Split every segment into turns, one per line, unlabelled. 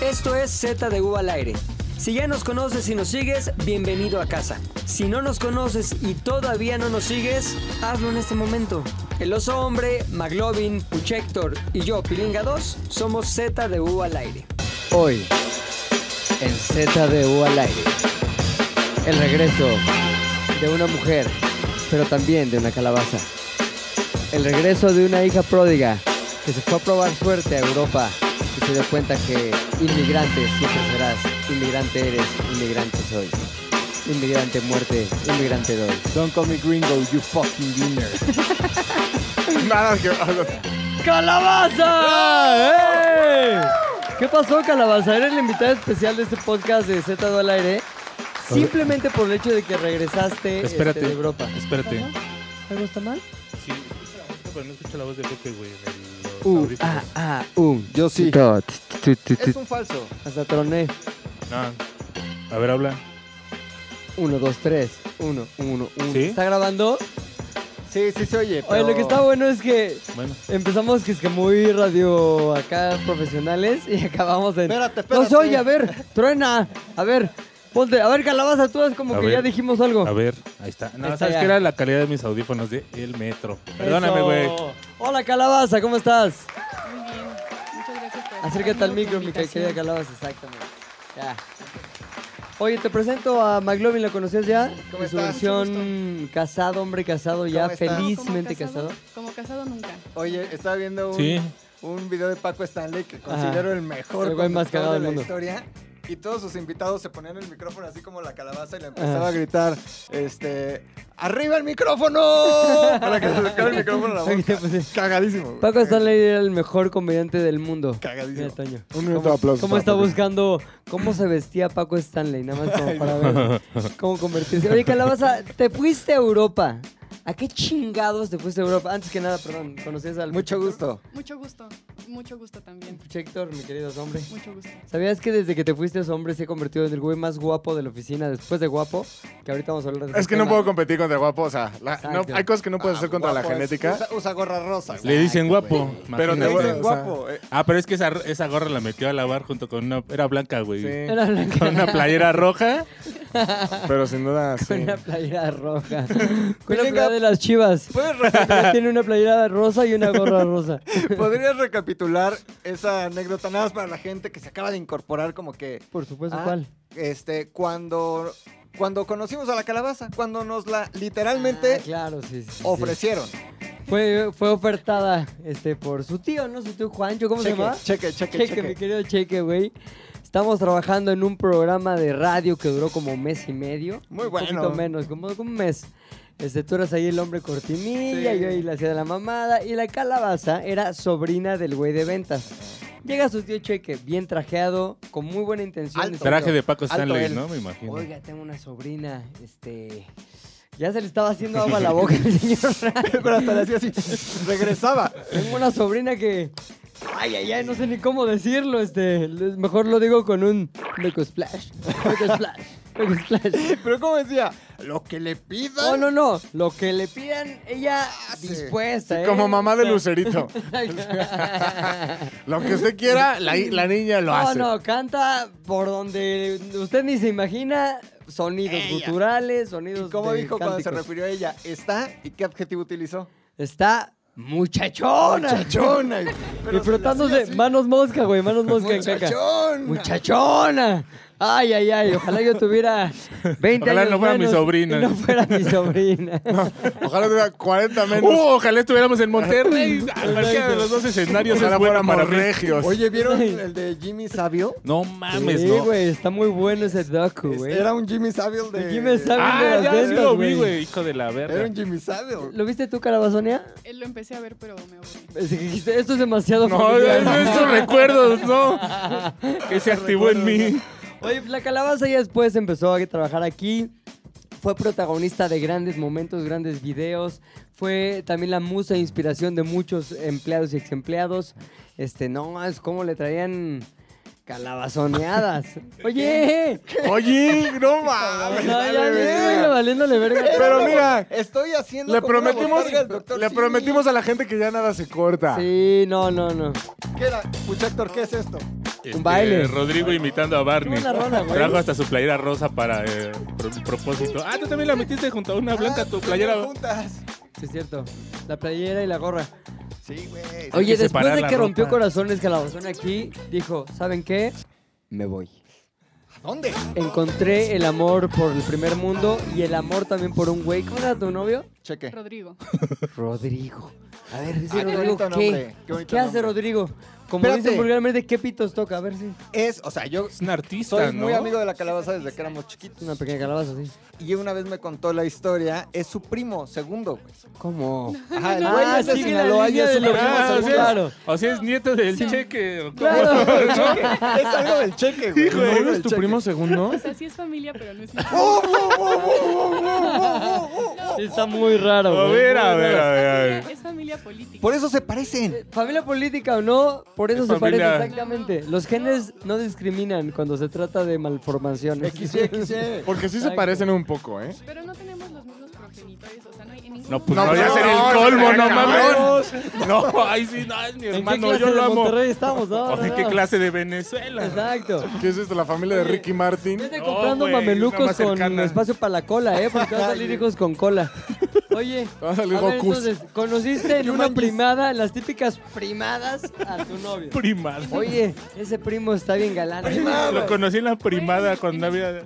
Esto es Z de U al aire. Si ya nos conoces y nos sigues, bienvenido a casa. Si no nos conoces y todavía no nos sigues, hazlo en este momento. El oso hombre, Maglovin, Puchector y yo, Pilinga 2, somos Z de U al aire.
Hoy, en Z de U al aire, el regreso de una mujer, pero también de una calabaza. El regreso de una hija pródiga que se fue a probar suerte a Europa y se dio cuenta que inmigrante siempre serás, inmigrante eres, inmigrante soy. Inmigrante muerte, inmigrante doy.
Don't call me gringo, you fucking winner.
Nada que algo-
¡Calabaza! ¿Qué pasó, Calabaza? Eres la invitada especial de este podcast de Z do al aire. Simplemente por el hecho de que regresaste este,
Espérate.
de Europa.
Espérate.
¿Algo está mal?
Sí, escucha la música, pero no escucha la voz de Pepe, güey, en el- los
Uh,
audífonos.
ah, ah, uh.
Yo sí.
Tot, tu, tu, tu,
Es
tu.
un falso.
Hasta troné.
No. A ver, habla.
1, 2, 3. 1, 1, 1.
¿Sí?
¿Está grabando?
Sí, sí se oye.
Oye, lo que está bueno es que
Bueno.
empezamos que es que muy radio acá profesionales y acabamos en...
Espérate, espérate.
No se oye, a ver, truena. A ver, ponte. A ver, Calabaza, tú es como
A
que
ver.
ya dijimos algo.
A ver, ahí está. No,
Ahí está
sabes
ya.
que era la calidad de mis audífonos de El Metro. Perdóname,
Eso.
güey.
Hola, Calabaza, ¿cómo estás?
Muy bien, muchas gracias por
Acércate al micro, mi querida Calabaza, exactamente. Ya. Oye, te presento a McLovin, ¿la conocías ya?
¿Cómo
En su
estás?
versión casado, hombre casado, ya
¿Cómo estás?
felizmente casado.
Como casado nunca.
Oye, estaba viendo un,
Sí.
un video de Paco Stanley que considero el mejor
El güey más
conductor
cagado
de
del
la
mundo.
historia. Y todos sus invitados se ponían el micrófono así como la calabaza y le empezaba a gritar, este, ¡Arriba el micrófono! Para que se le caiga el micrófono a la
Aquí
boca.
te puse.
Cagadísimo. güey.
pues, eh, Paco Stanley era el mejor comediante del mundo.
Cagadísimo.
Mira, Toño.
Un minuto de aplausos.
¿Cómo está buscando cómo se vestía Paco Stanley? Nada más como para ver cómo convertirse. Oye, Calabaza, te fuiste a Europa. ¿A qué chingados te fuiste a Europa? Antes que nada, perdón, ¿conocías al...
Mucho gusto.
Mucho gusto, mucho gusto también.
Héctor, mi querido hombre.
Mucho gusto.
¿Sabías que desde que te fuiste ese hombre se ha convertido en el güey más guapo de la oficina después de guapo? Que ahorita vamos a hablar de ese
Es que no
tema.
puedo competir contra guapo, o sea, la- no,
Exacto.
hay cosas que no puedes
Ah,
hacer contra la
guapo es-
genética.
Usa, usa gorra rosa. güey.
Le dicen guapo.
Pero
Le
te
imagínate.
voy a-
dicen guapo. eh.
Ah, pero es que esa, esa gorra la metió a lavar junto con una... Era blanca, güey.
Sí,
Era blanca
Con una playera roja.
pero sin duda Ah, sí.
con una playera roja.
Pues
con
Venga.
una playera de las chivas.
¿Puedes re-
Pero tiene una playera rosa y una gorra rosa.
¿Podrías recapitular esa anécdota nada más para la gente que se acaba de incorporar como que
Por supuesto,
Ah,
¿cuál?
Este, cuando, cuando conocimos a la calabaza, cuando nos la
Ah,
literalmente
claro, sí, sí, sí.
ofrecieron.
Fue, fue ofertada este, por su tío, ¿no? Su tío Juancho, ¿cómo se
Cheque,
llama?
cheque, cheque,
Cheque,
cheque.
mi querido Cheque, güey. Estamos trabajando en un programa de radio que duró como un mes y medio.
Muy
Un
bueno.
poquito menos, como, como un mes. Este, tú eras ahí el hombre cortinilla,
Sí.
yo ahí la hacía de la mamada. Y la calabaza era sobrina del güey de ventas. Llega su tío Cheque, bien trajeado, con muy buena intención.
Alto.
de ser-
Traje de Paco
Alto
Stanley,
él.
¿no? Me imagino.
Oiga, tengo una sobrina, este... Ya se le estaba haciendo agua a la boca al señor.
Pero hasta le hacía así. Regresaba.
Tengo una sobrina que. Ay, ay, ay, no sé ni cómo decirlo. Este, les- mejor lo digo con un Meco Splash. Meco Splash. Meco Splash.
Pero como decía, lo que le pidan.
No, no, no. Lo que le pidan, ella
sí.
dispuesta. ¿eh?
Como mamá de
Lucer.
Lucerito. Lo que usted
Ah,
quiera, la, la niña lo
No,
hace.
no, canta por donde usted ni se imagina. Sonidos culturales, sonidos.
Y como
de
dijo cuando se
cánticos.
refirió a ella, ¿está? ¿Y qué adjetivo utilizó?
Está muchachona.
Muchachona.
Disfrutándose. Manos mosca, güey. Manos mosca en caca.
Muchachón.
Muchachona. Ay, ay, ay. Ojalá yo tuviera 20
Ojalá
años
no fuera mi
menos
sobrina.
y no fuera mi sobrina.
Ojalá tuviera 40 menos.
Uh, ojalá estuviéramos en Monterrey. A cualquiera de los dos escenarios
ojalá
es bueno
fuéramos
para mí.
regios.
Oye, ¿vieron el de Jimmy Savio?
No mames,
sí,
no.
güey. Está muy bueno ese docu, güey.
Era un Jimmy Savio de.
El Jimmy Savile. de
Ah,
las
ya sí
ventas,
lo vi,
güey.
güey. Hijo de la verga.
Era un Jimmy Savio.
¿Lo viste tú, Carabazonia?
Él lo empecé a ver, pero me aburrí.
Es que dijiste, esto es demasiado
No,
familiar.
esos recuerdos, no. Que se activó en mí.
Oye, la calabaza ya después empezó a trabajar aquí. Fue protagonista de grandes momentos, grandes videos. Fue también la musa e inspiración de muchos empleados y exempleados. Este, no, es como le traían calabazoneadas. Oye,
Oye, no
no,
mames.
ya,
dale,
ya,
verga.
ya, valiéndole verga.
Pero mira,
Estoy haciendo.
le
como una
prometimos,
botarga al doctor
le
Simi.
prometimos a la gente que ya nada se corta.
Sí, no, no, no.
¿Qué era? Pucha, Héctor, ¿qué es esto?
este,
baile.
Rodrigo imitando a Barney.
Qué buena rola, güey.
Trajo hasta su playera rosa para eh, pro- propósito. Ah, tú también la metiste junto a una blanca,
Ah,
tu playera.
Juntas.
Sí, es cierto. La playera y la gorra.
Sí, güey.
Oye, después
que separar
de
la
que rompió
ropa.
corazones Calabazón aquí, dijo, ¿saben qué? Me voy.
¿A dónde?
Encontré el amor por el primer mundo y el amor también por un güey. ¿Cómo era tu novio?
Cheque.
Rodrigo.
Rodrigo. A ver,
Ah,
dice
qué
Rodrigo,
bonito
¿qué?
nombre, qué bonito
¿Qué hace
nombre.
Rodrigo? Como
Espérate.
dicen vulgarmente, ¿qué pitos toca? A ver si.
Es, o sea, yo
Es un artista,
soy
¿no?
muy amigo de la calabaza desde que éramos chiquitos.
Una pequeña calabaza, sí.
Y una vez me contó la historia, es su primo, segundo, güey.
¿Cómo?
Ajá, el
Ah,
güey es de
sigue la
Sinaloa y
línea
es
de
su
la-
primo,
Ah, o
segundo.
sea,
Claro.
o sea, es nieto del cheque. ¿o cómo?
Claro.
Es algo del cheque, Es algo del cheque, güey.
Hijo de-
Es algo del
¿eres tu
cheque.
primo segundo?
O sea, sí es familia, pero no es mi
¡Oh, oh, oh, oh, oh, oh, oh, oh!
Está muy raro,
A
güey.
ver, a ver, a ver, a ver.
Es familia política.
Por eso se parecen.
Familia política o no, por eso
Es
se parece
familia.
exactamente. Los genes no discriminan cuando se trata de malformaciones.
Porque sí se
Exacto.
parecen un poco, ¿eh?
Pero no tenemos los mismos progenitores, o sea, no hay en ningún
No, pues
No,
no,
pues
ya
no,
sería el
no,
colmo, no
no,
mames. No, ay, sí, no, es mi
¿En qué
hermano,
clase
yo
de
lo amo.
Monterrey estamos? No,
O
no,
de qué
no.
clase de Venezuela.
Exacto.
¿Qué es esto? ¿La familia de Ricky Martin?
Vete
No,
comprando
güey, una
mamelucos
más
con
cercana.
espacio para la cola, ¿eh? Porque te van a salir hijos con cola. Oye,
Te va a salir
ver,
Gokus.
entonces, ¿conociste en una primada, las típicas primadas, a tu novio?
Primada.
Oye, ese primo está bien galán.
Lo conocí en la primada cuando había.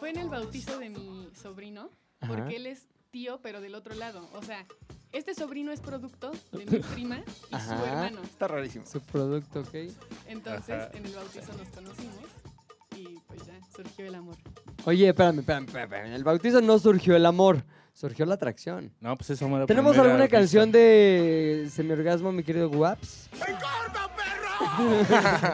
Fue en el bautizo de mi sobrino, porque él es tío, pero del otro lado. O sea, este sobrino es producto de mi prima y
Ajá.
su hermano.
Está rarísimo.
Su producto, ¿ok?
Entonces,
Ajá.
en el bautizo nos conocimos y pues ya surgió el amor.
Oye, espérame, espérame, espérame, espérame. En el bautizo no surgió el amor, surgió la atracción.
No, pues eso me
¿Tenemos alguna canción de Semiorgasmo, mi querido Guaps?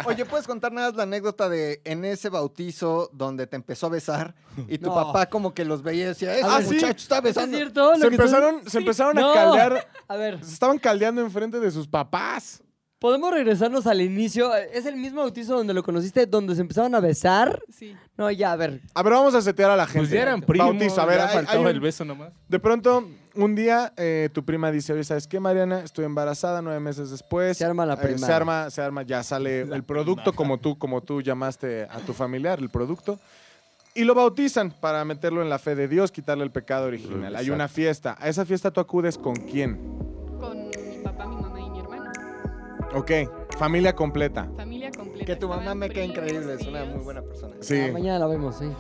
Oye, ¿puedes contar nada más la anécdota de en ese bautizo donde te empezó a besar y tu
No.
papá como que los veía y decía, ese
A ver,
muchacho está
¿Es
besando?
cierto?
Se
lo que tú-
empezaron, se empezaron a
No.
caldear.
A ver,
Se estaban caldeando enfrente de sus papás.
¿podemos regresarnos al inicio? ¿Es el mismo bautizo donde lo conociste, donde se empezaron a besar?
Sí.
No, ya, a ver.
A ver, vamos a setear a la gente.
Pues ya eran primos.
Bautizo, a ver,
ya
hay-
faltaba
hay un-
el beso nomás.
De pronto, un día, eh, tu prima dice, oye, ¿sabes qué, Mariana? Estoy embarazada nueve meses después.
Se arma la
Eh,
primada.
se arma, se arma, ya sale el producto, como tú, como tú llamaste a tu familiar, el producto. Y lo bautizan para meterlo en la fe de Dios, quitarle el pecado original. Hay una fiesta. ¿A esa fiesta tú acudes con quién?
Con mi papá, mi mamá y mi hermano.
Ok, familia completa.
Familia completa.
Que tu mamá
Estaban
me queda
primos,
increíble, es una
tíos.
muy buena persona.
Sí.
Ah, mañana la vemos, sí.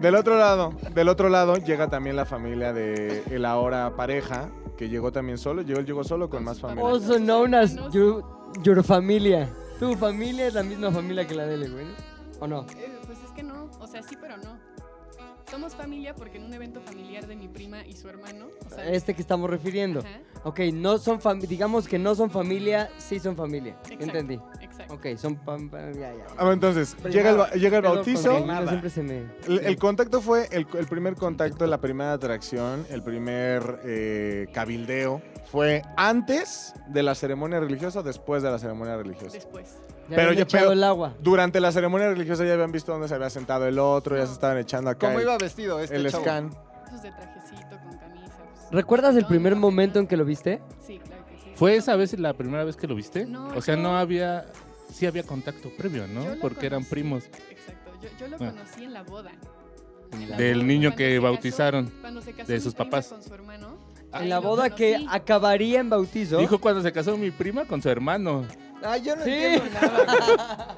Del otro lado, del otro lado llega también la familia de el ahora pareja, que llegó también solo, llegó, él llegó solo con más familia.
Also known as your, your familia. Tu familia es la misma familia que la de él, güey. ¿no? ¿O no?
Eh, pues es que no, o sea, sí, pero no. Somos familia porque en un evento familiar de mi prima y su hermano, o sea,
Este que estamos refiriendo.
ajá,
Ok, no son fam- digamos que no son familia, sí son familia.
Exacto.
Entendí.
exacto.
Ok, son pam, pam, ya, ya.
Ah, bueno, entonces, llega el, ba- llega el
Perdón,
bautizo.
porque yo siempre se me...
El, el contacto fue el, el primer contacto, la primera atracción, el primer eh, cabildeo. Fue antes de la ceremonia religiosa o después de la ceremonia religiosa.
Después.
Ya
Pero
habían
ya-
echado
pero-
el agua.
Durante la ceremonia religiosa ya habían visto dónde se había sentado el otro, ya se estaban echando acá
¿Cómo
el,
iba vestido este
el
chavo?
scan.
Esos de trajecito, con camisa. pues.
¿Recuerdas el
No,
primer
no,
momento en que lo viste?
Sí, claro que sí.
¿Fue esa vez la primera vez que lo viste?
No,
o sea,
no.
no había. Sí había contacto previo, ¿no?
Yo lo
Porque eran
conocí-
primos.
Exacto. Yo, yo lo
Ah.
conocí en la boda. En la
Del
boda,
niño
cuando
que
se casó-
bautizaron.
cuando se casó
de
mi
sus
prima
papás.
Con su hermano.
Ah.
en
ahí
la
lo
boda que
conocí.
acabaría en bautizo.
Dijo cuando se casó mi prima con su hermano.
Ah, yo no
Sí.
entiendo nada,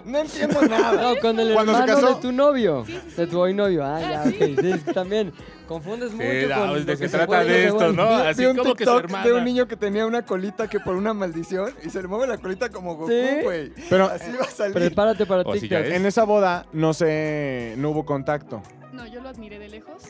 güey. No entiendo nada.
No, con el
Cuando se
hermano
casó.
de tu novio.
Sí, sí, sí.
De tu hoy novio. Ah, ya,
Ah,
ok.
sí.
Sí, es que también confundes mucho
Sí,
con
no,
lo
de-
que se
se trata
puede y
de
lo que
esto,
bueno.
¿no?
Vi- vi
Así
un
como que su
TikTok
hermana.
de un niño que tenía una colita que por una maldición y se le mueve la colita como Goku,
Sí.
güey.
Pero-
así va a salir. ¿Eh?
Prepárate para
O si ya
TikTok.
es.
En esa boda no se no hubo contacto.
No, yo lo admiré de lejos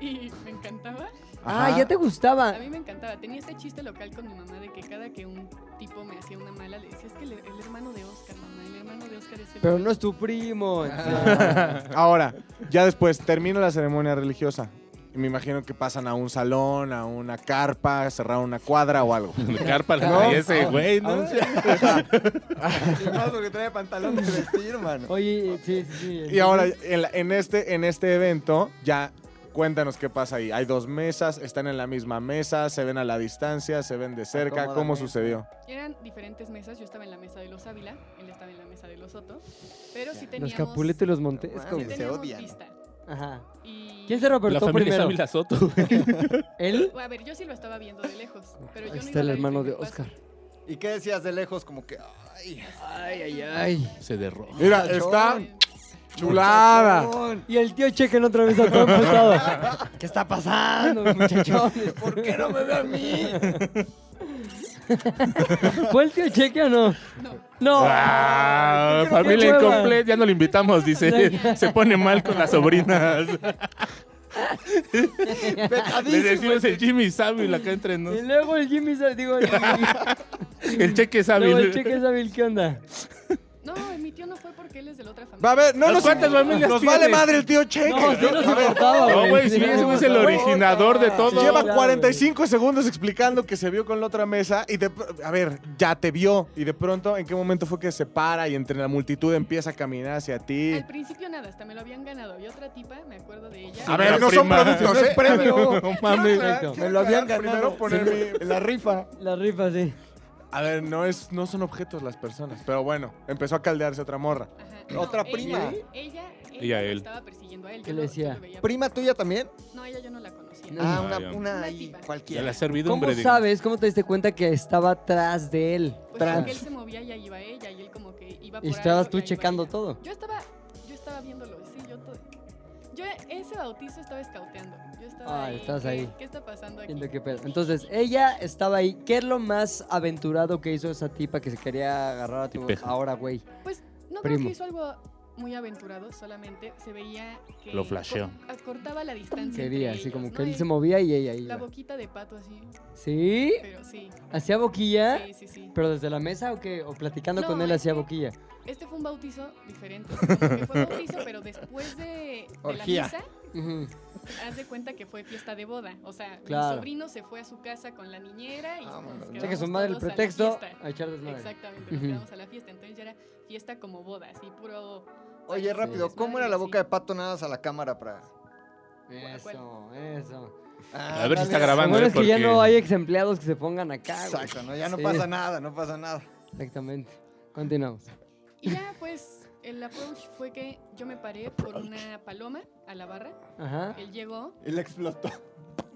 y me encantaba.
Ah,
Ajá.
ya te gustaba.
A mí me encantaba. Tenía este chiste local con mi mamá de que cada que un tipo me hacía una mala, le decía, es que el, el hermano de Oscar, mamá, el hermano de Oscar es el...
Pero no es tu primo.
Ahora, ya después termina la ceremonia religiosa. Y me imagino que pasan a un salón, a una carpa, a cerrar una cuadra o algo.
El carpa la traía ese güey, ¿no?
Y más porque trae pantalón de vestir, mano.
Oye, sí, sí, sí.
Y ahora, en, la- en este, en este evento, ya Cuéntanos qué pasa ahí. Hay dos mesas, están en la misma mesa, se ven a la distancia, se ven de cerca. ¿Cómo
Acomódame.
sucedió?
Eran diferentes mesas. Yo estaba en la mesa de los Ávila, él estaba en la mesa de los Soto. Pero sí
Los
teníamos,
Capuleto y los
Sí
Montesco.
sí
como se
teníamos
odian.
vista.
Ajá.
Y...
¿Quién se
La
reportó
familia
primero?
Sammy Soto, güey.
¿Él?
A ver, yo sí lo estaba viendo de lejos. Pero yo
Ahí
no
está
iba a
el
dar
hermano de
primer paso.
Oscar.
¿Y qué decías de lejos? Como que. ¡Ay!
Ay, ay, ay.
Se derrotó.
Mira,
Muchachón.
está
Eh,
chulada.
Y el tío chequen otra vez a todo emputado. ¿Qué está pasando, muchachos?
¿Por qué no me ve a mí?
¿Fue el tío cheque o no?
No,
No.
Ah,
qué
familia
hueva.
incompleta, ya no lo invitamos, dice. Se pone mal con las sobrinas. Le
Pecadísimo.
decimos el Jimmy Savile acá entre nos.
Y luego el Jimmy, Sa- digo, el,
El cheque
luego el
Savile.
cheque Sabil, ¿qué onda?
no, mi tío no fue porque él es de la otra familia.
Va a ver, no
¿No
nos,
cuántas familias
nos
tiene?
vale madre el tío Cheque.
No, sí nos importaba,
No, güey, si
Sí,
ese güey es el
no,
originador de todo.
Lleva
claro,
45 segundos explicando que se vio con la otra mesa y de, pr- a ver, ya te vio y de pronto en qué momento fue que se para y entre la multitud empieza a caminar hacia ti.
Al principio nada, hasta me lo habían ganado. Y otra tipa, me acuerdo de ella.
A ver, no son productos,
¿eh?
premio.
No mames.
Me lo habían
Primero
ganado.
poner mi-
La rifa.
La rifa, sí.
A ver, no es no son objetos las personas, pero bueno, empezó a caldearse otra morra.
Ajá.
Otra
ella-
prima.
Ella, ella,
Ella,
lo
él.
estaba persiguiendo a él.
¿Qué
yo
le
lo-
decía?
yo lo veía.
¿Prima tuya también?
No, ella yo no la conocía.
No.
Ah,
Ah,
una,
ya.
una
Una
ahí
tipa.
Ya
cualquiera.
la ha servido
¿Cómo
hombre.
sabes? ¿Cómo te diste cuenta que estaba atrás de él?
Pues
Trans.
porque él se movía y ahí iba ella y él como que iba por
Y estabas
algo,
tú
ahí iba
checando
ella.
todo.
Yo estaba, yo estaba viéndolo, sí, yo todo. Yo ese bautizo estaba escauteando. Yo estaba
Ah,
ahí.
estás
¿qué-
ahí.
¿Qué está pasando aquí?
Viendo qué pedo. Entonces, ella estaba ahí. ¿Qué es lo más aventurado que hizo esa tipa que se quería agarrar a tu
Tipeja.
ahora, güey?
Pues no creo
Primo.
que hizo algo muy aventurado, solamente se veía que
Lo flasheó.
co- acortaba la distancia.
Quería,
entre
así como
ellos,
que
¿no?
él
Y
se movía y ella
La
iba.
boquita de pato así,
¿Sí?
pero sí.
¿Hacía boquilla?
Sí, sí, sí.
¿Pero desde la mesa o qué? ¿O platicando
No,
con él
es
hacía
que-
boquilla?
Este fue un bautizo diferente. o sea, como que fue bautizo, pero después de, de la
Orgía.
misa,
Ujú.
haz de cuenta que fue fiesta de boda. O sea,
Claro.
mi sobrino se fue a su casa con la niñera y nos
Vámonos.
O
quedamos
sea que su madre el
todos a la
pretexto
fiesta.
a echar desmadre.
Exactamente, nos
Ujú.
quedamos a la fiesta. Entonces ya era fiesta como boda, así puro.
Oye, rápido, ¿cómo era la boca de pato nada más a la cámara para.?
Eso, eso.
Ah,
A ver si está
dale.
Lo
grabando.
bueno
¿eh?
es que ya
Porque-
no hay ex empleados que se pongan acá, güey.
Exacto, ¿no? ya no
Sí.
pasa nada, no pasa nada.
Exactamente. Continuamos.
Y ya, pues, el approach fue que yo me paré por una paloma a la barra.
Ajá.
Él llegó,
Y le explotó.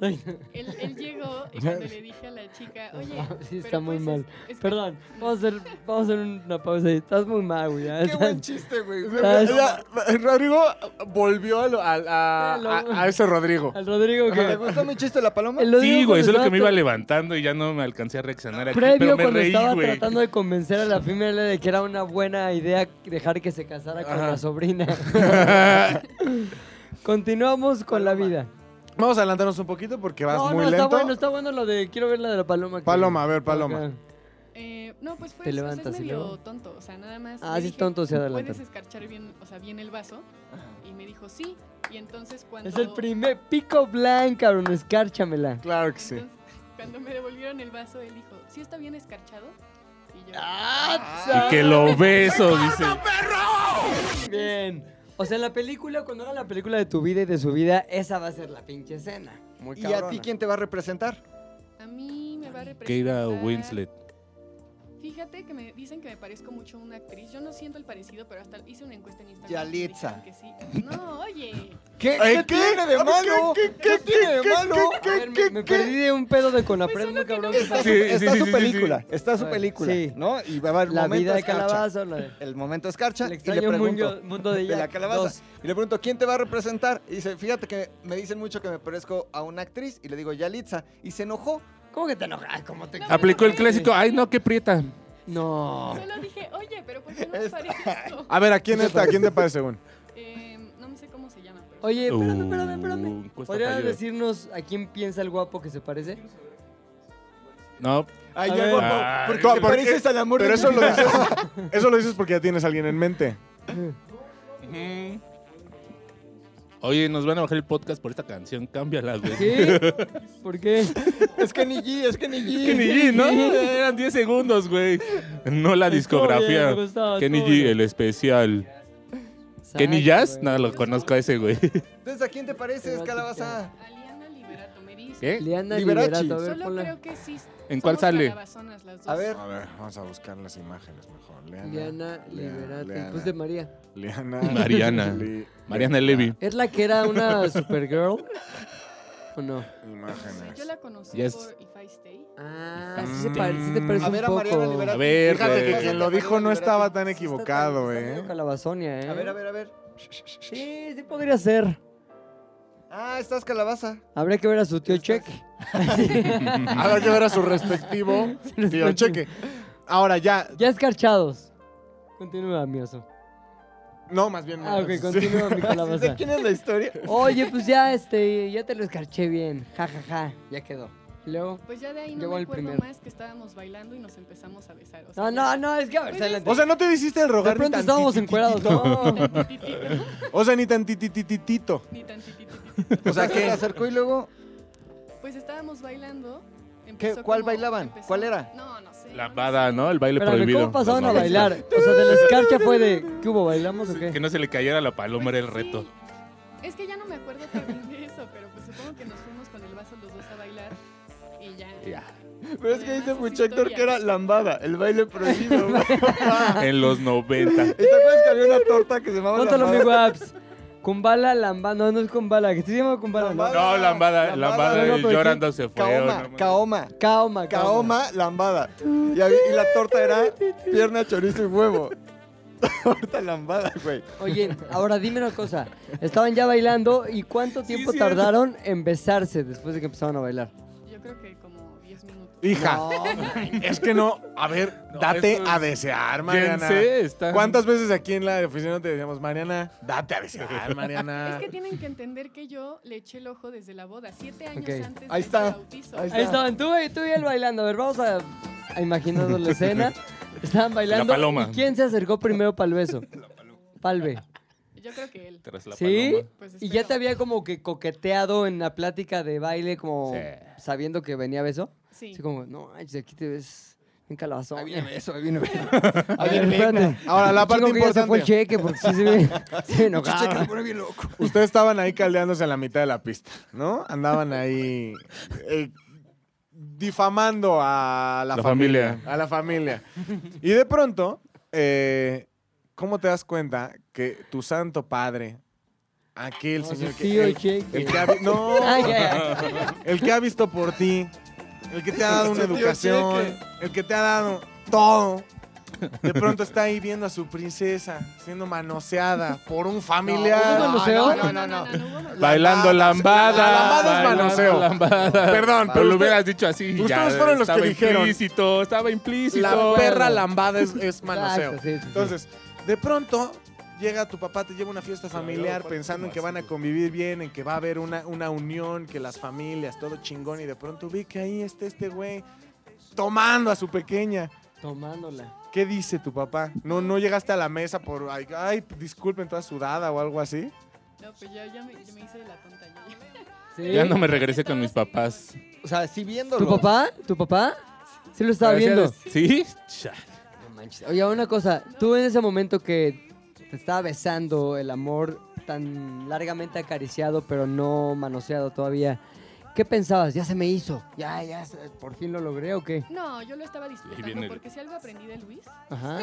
él, él llegó y cuando le dije a la chica, oye,
Sí, está
pero
muy
pues
mal.
es- es que-
Perdón, vamos a, hacer, vamos a hacer una pausa ahí. Estás muy mal, güey. ya
Qué
estás-
buen chiste, güey.
Estás-
Ya, Rodrigo volvió a, lo- a- a- a- a ese Ah, este Rodrigo.
Al Rodrigo
¿Te
que...
gustó mi chiste de la paloma?
el Rodrigo
Sí,
cuando
güey, eso es lo que me iba
estaba
levantando y ya no me alcancé a reaccionar aquí.
Previo
pero me
cuando
reí,
estaba
güey.
tratando de convencer a la familia de que era una buena idea dejar que se casara con la sobrina. Continuamos con la vida.
Vamos a adelantarnos un poquito porque vas
no,
muy
no,
lento.
está bueno, está bueno lo de quiero ver la de la paloma. que-
Paloma, a ver, paloma.
Ok.
Eh, no, pues fue
Te
eso, o sea,
levantas y
es medio
luego-
tonto, o sea, nada más.
Ah,
le
sí,
dije,
tonto se adelanta.
¿Puedes escarchar bien, o sea, bien el vaso? Y me dijo, sí. Y entonces cuando...
Es el primer pico blanco, cabrón, escárchamela.
Claro que sí.
entonces, cuando me devolvieron el vaso, él dijo, ¿sí está bien escarchado? Y yo...
¡Ah!
Y que lo beso, dice.
Bien. O sea, en la película, cuando haga la película de tu vida y de su vida, esa va a ser la pinche escena. Muy
¿Y a
cabrona.
ti quién te va a representar?
A mí me va a representar...
Keira Winslet.
Fíjate que me dicen que me parezco mucho a una actriz. Yo no siento el parecido, pero hasta hice una encuesta en Instagram. y me
Yalitza.
dijeron que sí. No, oye.
¿Qué,
¿Eh,
¿qué,
qué?
tiene de
¿Qué,
malo?
qué,
¿Qué,
qué,
tiene de malo?
A ver, me, me perdí de un pedo
Pues
de Conapred, muy cabrón. que
Está,
pasó.
su,
Sí,
está
sí,
su
sí, sí,
película,
sí.
está su
Ay,
película,
sí.
¿no? Y va a haber
La
momento
vida de
escarcha.
calabaza, la de...
El momento escarcha
El
y le
extraño mundo,
pregunto
mundo de,
de la
Jack,
calabaza.
dos.
Y le pregunto, ¿quién te va a representar? Y dice, fíjate que me dicen mucho que me parezco a una actriz. Y le digo, Yalitza. Y se enojó.
¿Cómo que te enojas? ¿Cómo te...
Aplicó el clásico. Ay, no, qué prieta.
No.
Solo dije, oye, pero ¿por qué no me
Esta-
parezco?
A ver, ¿a quién, está, ¿a quién te parece, según?
Eh, no me sé cómo se llama, pero...
Oye, espérame,
Uh,
espérame, espérame.
encuesta
¿Podrías
fallida.
decirnos a quién piensa el guapo que se parece?
No,
Ay,
A
ya,
ver.
guapo,
Ah,
porque
no,
te
porque-
pareces al amor
Pero
de
eso
mi
lo,
vida.
dices, eso lo dices porque ya tienes a alguien en mente.
Ujú. Oye, nos van a bajar el podcast por esta canción. Cámbiala, güey.
¿Sí? ¿Por qué?
Es que ni G, es que ni G.
Kenny G, ¿no? Eran 10 segundos, güey. No la
Estuvo bien,
discografía.
me gustaba,
Kenny
estuvo
G,
bien.
el especial. Kenny Jazz,
güey.
nada, lo conozco a ese, güey.
Entonces, ¿a quién te pareces, calabaza?
Aliana Liberato me dice.
¿Qué?
Liana
Liberace.
Liberato, a ver,
Solo
ponla.
creo que sí.
¿En cuál
somos
sale?
calabazonas las dos.
A ver.
A ver, vamos a buscar las imágenes mejor. Leana.
Liana
Lea-
Liberato,
Leana.
pues de María.
Leana.
Mariana.
Li-
Mariana Levy.
¿Es la que era una Supergirl? ¿O no?
Sí,
Imágenes.
yo la conocí
Yes.
por If I Stay.
Ah,
Hija,
sí, se
mm.
pare- sí te parece
A
un
ver, a
poco.
Mariana Liberato.
A ver,
Fíjate
güey.
que
Quien lo dijo no estaba tan equivocado,
Sí está medio
¿eh?
Calabazonia, ¿eh?
A ver, a ver, a ver.
Sí, sí podría ser.
Ah, estás calabaza.
Habría que ver a su tío Check.
Habrá que ver a su respectivo tío cheque. Ahora ya.
Ya escarchados. Continúa, mioso.
No, más bien.
Ah, ok,
sí.
continúa mi calabaza.
quién es la historia?
Oye, pues ya este, ya te lo escarché bien. Ja, ja, ja. Ya quedó. Y Luego.
Pues ya de ahí no
Llegó
me
el
acuerdo
primero.
más que estábamos bailando y nos empezamos a besar. O sea,
No, no, no, es que a ver,
Pues
se
es-
adelante.
O sea, no te hiciste el rogar
de pronto
ni
estábamos encuerados,
tantititito.
no.
tantititito,
O sea, ni tantitititito.
Ni tantititito.
O sea, que se acercó y luego.
Pues estábamos bailando.
¿Qué?
empezó
¿Cuál
como-
bailaban?
empezó-
¿Cuál era?
No, no sé.
La
no, no
bada,
sé.
¿no? El baile
Pero a ver,
prohibido.
¿cómo pasaron
Los
a
noventas.
bailar? O sea, de la escarcha fue de. ¿Qué hubo? ¿Bailamos o
Que
qué?
no se le cayera la paloma
Pues
era el
sí.
reto.
Es que ya no me acuerdo también de eso, pero pues supongo que nos fuimos con el vaso los dos a bailar y ya.
Ya.
Pero es que dice
Además, es
mucho Héctor
historia.
que era lambada, el baile prohibido. güey.
En los 90.
¿Y te acuerdas que había una torta que se llamaba
Póntalo, mi
lambada?
guaps. Kumbala Lamba. No, no es Kumbala. Que sí se llama Kumbala, ¿no?
Lambada.
No, lambada,
Lambada.
lambada,
No,
el
pero ¿qué?
llorando se fue. o no mames.
Kaoma, Kaoma,
Kaoma, Kaoma.
Kaoma, lambada. Y, había- y la torta era pierna, chorizo y huevo. Torta lambada, güey.
Oye, ahora dime una cosa. Estaban ya bailando y cuánto tiempo
cierto.
tardaron en besarse después de que empezaron a bailar.
Yo creo que como 10 minutos.
Hija,
No,
es que no. A ver,
No,
date
eso es-
a desear, Mariana.
Jense está-
¿Cuántas veces aquí en la oficina te decíamos, Mariana, date a desear, Mariana?
Es que tienen que entender que yo le eché el ojo desde la boda, siete años
Ok.
antes
Ahí
del
está,
bautizo.
ahí
ahí estaban tú y tú y él bailando. A ver, vamos a, a imaginarnos la escena. Estaban bailando.
La paloma.
¿Y ¿Quién se acercó primero para el beso? Palve.
Yo creo que él.
Tras la
¿Sí?
paloma.
Pues
¿Y ya
espero.
te había como que coqueteado en la plática de baile, como
Sí.
sabiendo que venía beso?
Sí.
Así como, no, manches, aquí te ves en calabazón.
eso, ahí viene beso.
A ver, espérate.
Ahora, la
Chingo
parte
que ya se fue el
importante.
cheque porque sí se ve, se ve enojado.
Ustedes estaban ahí caldeándose en la mitad de la pista, ¿no? Andaban ahí eh, difamando a la,
La
familia,
familia.
A la familia. Y de pronto, eh, ¿cómo te das cuenta que tu santo padre, aquel
No,
señor
su
que...
tío
el-
Cheque.
el que ha vi- no,
Ah, ya, ya.
el que ha visto por ti, el que te ha dado una
Su tío
educación,
Cheque.
el que te ha dado todo. De pronto está ahí viendo a su princesa siendo manoseada por un familiar.
¿Hubo manoseo?
Ah, No, no, no. no.
hubo manoseo.
Bailando lambada.
La lambada es
bailando
manoseo.
lambada.
Perdón,
Pero lo
usted-
hubieras dicho así. y ya,
ustedes fueron los que
estaba
dijeron.
Implícito, estaba implícito.
la perra lambada es, es manoseo.
Exacto, Ah, sí, sí, sí.
Entonces, de pronto llega tu papá, te lleva a una fiesta familiar
aparte
pensando en que van a convivir bien, en que va a haber una, una unión, que las familias, todo chingón, y de pronto vi que ahí está este güey tomando a su pequeña.
Tomándola.
¿Qué dice tu papá? ¿No, no llegaste a la mesa por, ay, ay, disculpen, toda sudada o algo así?
No, pues yo ya me, yo me hice de la tonta. yo ya.
¿Sí?
Ya no me regresé con mis papás.
O sea, sí viéndolo.
¿Tu papá? ¿Tu papá? Sí lo estaba viendo.
¿Sí? Cha.
No manches. Oye, una cosa. Tú en ese momento que te estaba besando el amor tan largamente acariciado, pero no manoseado todavía, ¿qué pensabas? ¿Ya se me hizo? ¿Ya, ya, se- por fin lo logré o qué?
No, yo lo estaba
viene
disfrutando
el-
porque si algo aprendí de Luis
Ajá.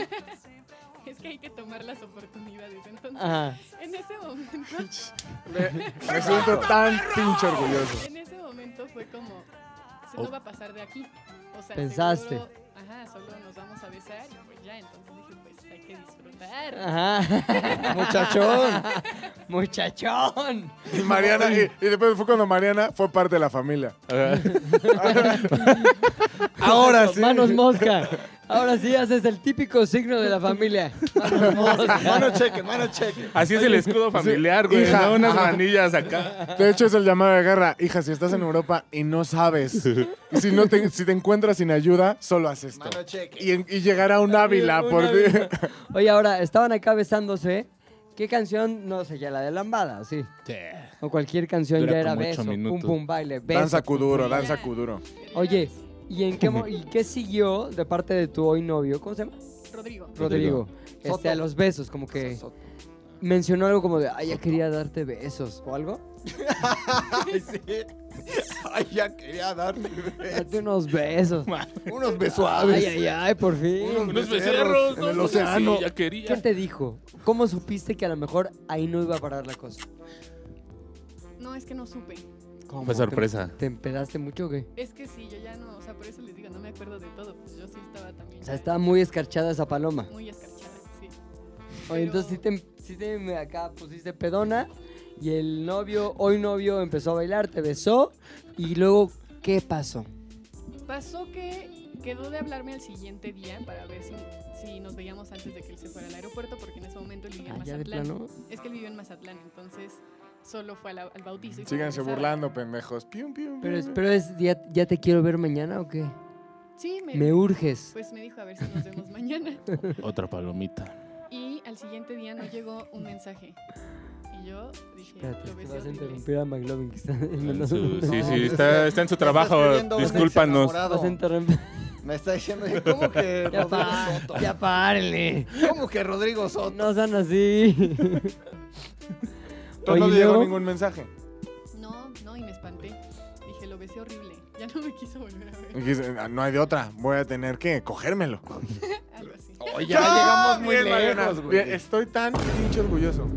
es que hay que tomar las oportunidades. Entonces,
Ajá.
en ese momento,
Me siento tan pinche orgulloso.
en ese momento fue como, se no
Oh.
va a pasar de aquí. O sea,
Pensaste.
seguro, ajá, solo nos vamos a besar y pues ya, entonces dije, pues hay que disfrutar.
Ah.
Ajá. Muchachón. Muchachón.
Y Mariana, y, y después fue cuando Mariana fue parte de la familia. Ahora sí.
Manos mosca. Ahora sí haces el típico signo de la familia. Manos mosca.
Mano cheque, mano cheque.
Así es el escudo familiar, güey.
hija.
¿no? Unas
Ajá.
manillas acá.
De hecho, es el llamado de guerra. Hija, si estás en Europa y no sabes, si, no te, si te encuentras sin ayuda, solo haces esto.
Mano cheque.
Y, en- y llegará un ávila
Un
por
ávila. Oye, ahora, estaban acá besándose. ¿Qué canción? No sé, ya la de Lambada, ¿o sí. O cualquier canción
Dura
ya era
como ocho
beso. Pum,
minutos.
pum, baile. Beso,
Danza
pum,
Kuduro,
pum, baile.
danza Kuduro.
Pero ya
Oye,
ves,
¿y en qué, mo- y qué siguió de parte de tu hoy novio? ¿Cómo se llama?
Rodrigo,
Rodrigo.
Rodrigo.
Este, a los besos, como que. mencionó algo como de, ay, ya quería darte besos o algo.
Ay, sí. Ay, ya quería darte
Date unos besos.
unos
Ay,
besuaves.
ay, ay, por fin.
Unos
Unos
becerros
becerros
¿no?
en el
Pues así,
océano.
Ya
¿Qué
quería.
te dijo? ¿Cómo supiste que a lo mejor ahí no iba a parar la cosa?
No, es que no supe.
¿Cómo?
Fue sorpresa.
¿Te, te empedaste mucho o qué?
Es que sí, yo ya no, o sea, por eso les digo, no me acuerdo de todo. Pues yo sí estaba también
O sea,
ya
estaba muy escarchada esa paloma.
muy escarchada, sí.
Oye, entonces sí te, em, sí te me- acá pusiste pedona y el novio, hoy novio, empezó a bailar, te besó y luego, ¿qué pasó?
Pasó que quedó de hablarme al siguiente día para ver si, si nos veíamos antes de que él se fuera al aeropuerto, porque en ese momento él vivía en
Ah, ya de
Mazatlán.
plano.
Es que él vivió en Mazatlán, entonces solo fue a la- al bautizo. y se
Síganse
regresaba.
burlando, pendejos. Pium, pium,
Pero, es-
pium.
pero es, ya, ¿ya te quiero ver mañana o qué?
Sí, me,
Me urges.
pues me dijo a ver si nos vemos mañana.
Otra palomita.
Y al siguiente día nos llegó un mensaje. Y yo dije,
Espérate,
lo
te
besé
vas a
horrible.
interrumpir a McLovin que está en
En
el
su- sí,
No,
sí,
pues es
está, está
que
en su
me está
trabajo.
escribiendo un
Discúlpanos.
Vas
ex
a
enamorado.
interrumpir.
Me está diciendo, ¿cómo que
Ya,
Rodrigo
pa-
Soto?
ya párenle.
¿Cómo que Rodrigo Soto?
No sean así.
Entonces no
Oye,
le llegó
luego-
ningún mensaje.
No, no, y me espanté. Dije, lo besé horrible. Ya no me quiso volver a ver.
Dijiste, "Ah, no hay de otra. Voy a tener que cogérmelo.
Algo así.
ya llegamos muy
¡Ah! Bien, Mariana.
lejos, güey.
Bien, Estoy tan pinche orgulloso.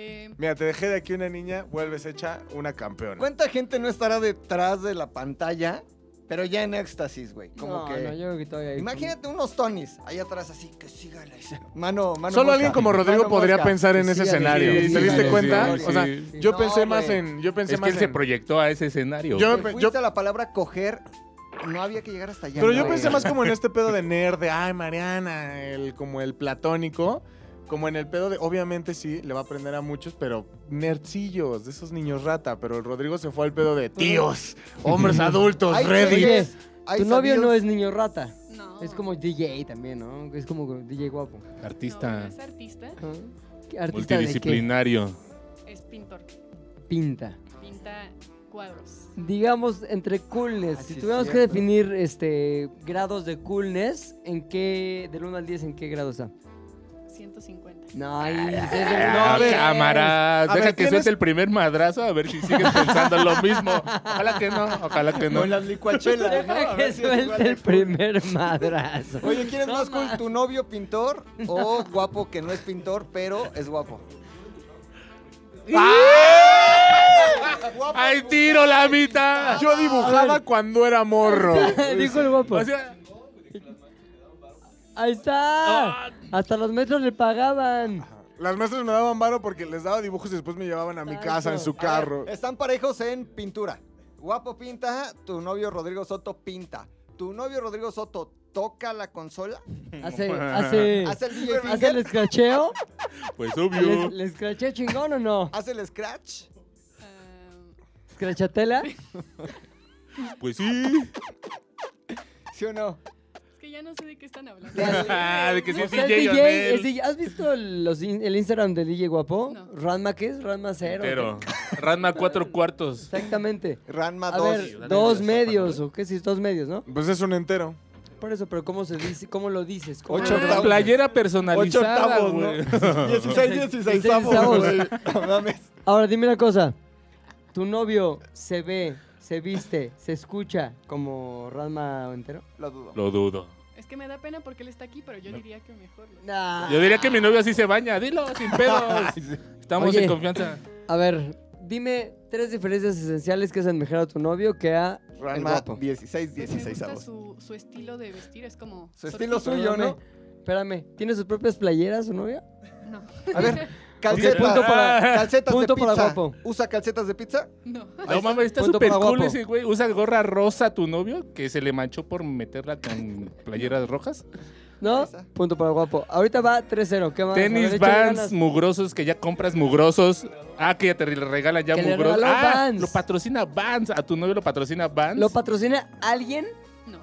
Eh,
Mira, te dejé de aquí una niña, vuelves hecha una campeona.
¿Cuánta gente no estará detrás de la pantalla, pero ya en éxtasis, güey? Como
no,
que...
no, yo creo que todavía hay-
Imagínate unos Tonis ahí atrás así, que sígale. Mano, mano
Solo
Ah, mosca.
alguien como Rodrigo
Mano
podría
mosca.
pensar en
Sí,
ese
sí,
escenario.
sí,
¿Te
sí,
diste
sí,
cuenta?
sí,
o sea,
sí.
yo
No,
pensé más
güey.
en. Yo pensé
Es que
más
él se
en-
proyectó a ese escenario.
Yo-
Te fuiste a la palabra coger, no había que llegar hasta allá.
Pero yo
güey.
pensé más como en este pedo de nerd, de ay, Mariana, el, como el platónico. Como en el pedo de, obviamente sí, le va a aprender a muchos, pero nerdcillos, de esos niños rata. Pero el Rodrigo se fue al pedo de tíos, hombres adultos,
Hay
Reddit.
Oye,
series, hay
tu novio
sabios-
no es niño rata.
no.
Es como DJ también, ¿no? Es como DJ guapo.
No, no
Artista
es artista,
Ajá. ¿Qué artista de qué?
multidisciplinario.
es pintor.
Pinta.
Pinta cuadros.
Digamos, entre coolness.
Ah,
si
sí es
tuviéramos que
cierto.
definir este grados de coolness, ¿en qué, del 1 al 10, en qué grado está?
150.
No, ahí es del
Ah,
uno al diez.
cámara, deja
ver,
que
¿tienes-
suelte el primer madrazo a ver si sigues pensando lo mismo. Ojalá que no, ojalá que no.
Con las licuachelas. ah, ¿no? A
Deja
ver
que
si es igual
suelte
de
el
cool.
primer madrazo.
Oye, ¿quién es más cool? ¿Tu novio pintor o guapo que no es pintor, pero es guapo?
¡Ah! ¡Ay, tiro la mitad!
Yo dibujaba cuando era morro.
Dijo el guapo.
O sea,
Ahí
Ah.
está. Hasta los metros le pagaban.
Las maestras me daban varo porque les daba dibujos y después me llevaban a mi casa en su carro.
Están parejos en pintura. Guapo pinta, tu novio Rodrigo Soto pinta. Tu novio Rodrigo Soto toca la consola,
Hace, hace,
hace el DJ
hace
finger,
el escracheo.
pues
¿Le,
obvio.
le escracheo chingón o no?
hace el scratch.
Ah,
¿Escrachatela?
Pues sí.
¿Sí o no?
es que ya no sé de qué están hablando.
Ah, de que sí
O
es
sea, es
DJ,
DJ, es
Onel.
DJ. ¿Has visto los in- el Instagram de DJ Guapo?
No.
¿Ranma qué es? ¿Ranma cero?
Pero, Ranma cuatro cuartos.
Exactamente.
Ranma
A
2.
ver,
dale
dos
dos,
medios, ¿o qué? Sí, dos medios, ¿no?
Pues es un entero.
Por eso, pero ¿cómo se dice? ¿Cómo lo dices? ¿Cómo
Ocho
lo
Ah,
octavos.
playera
Ocho
personalizada,
octavos,
güey.
¿no? 16, 16 avos, güey. No mames.
Ahora dime una cosa. ¿Tu novio se ve, se viste, se escucha como Ranma entero?
Lo dudo.
Lo dudo.
Es que me da pena porque él está aquí, pero yo diría que mejor. lo-
Nah.
Yo diría que mi novio así se baña. Dilo, sin pedos. Estamos
Oye.
en confianza.
A ver, dime tres diferencias esenciales que hacen mejor a tu novio que a el
Ranma
guapo.
16,
Pues me
16
gusta
avos.
su, su estilo de vestir, es como...
Su estilo
sortito.
suyo, ¿no?
Espérame, ¿tiene sus propias playeras su novio?
No,
A ver,
Ok, punto
calcetas.
para-
Calcetas
punto
de
para
pizza.
guapo.
¿Usa calcetas de pizza?
no.
No mames, está
Punto
súper
para
cool
guapo.
ese güey. Usa gorra rosa tu novio, que se le manchó por meterla con playeras rojas.
¿No?
Esa.
Punto para guapo. Ahorita va 3-0. ¿Qué más? A ver,
Tenis
échale
Vans
ganas.
mugrosos que ya compras mugrosos. Ah, que ya te le regalan ya
Que le
mugrosos.
regaló
Ah,
Vans.
lo patrocina Vans. A tu novio lo patrocina Vans.
¿Lo patrocina alguien?
No,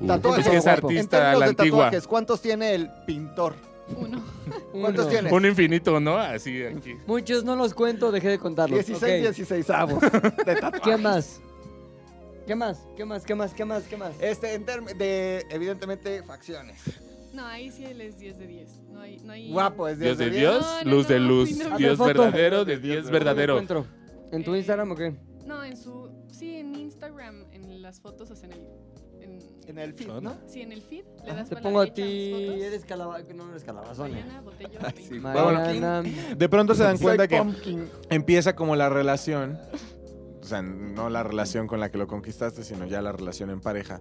Uh,
Tatuajes.
es que es
Guapo.
En
artista a
términos
la
de
antigua.
tatuajes, ¿cuántos tiene el pintor?
uno.
¿Cuántos
Uno.
tienes?
Un infinito, ¿no? Así aquí.
Muchos no los cuento, dejé de contarlos.
16,
Ok.
16 avos de
¿Qué
tatuaje.
más? ¿Qué más? ¿Qué más? ¿Qué más? ¿Qué más? ¿Qué más?
Este, en term- de, evidentemente, facciones.
No, ahí sí él es 10 de 10. No hay, no hay...
Guapo, es
Dios de
diez.
Dios,
No, no,
luz de
no,
luz.
no, no.
Dios
Dame foto.
verdadero de Dios
¿Dónde
verdadero.
lo encuentro? ¿En tu
Eh,
Instagram o qué?
No, en su... Sí, en Instagram, en las fotos, o sea, en el... En,
En el feed,
¿Ah, no?
¿no?
sí, en el feed. Le das
Te
para la
pongo a
derecha
ti.
las fotos.
Eres calabazón. No, no eres calabazón. eh.
Mariana Botello.
sí.
Mariana.
De pronto se dan
Soy
cuenta que
pumpkin.
empieza como la relación. O sea, no la relación con la que lo conquistaste, sino ya la relación en pareja.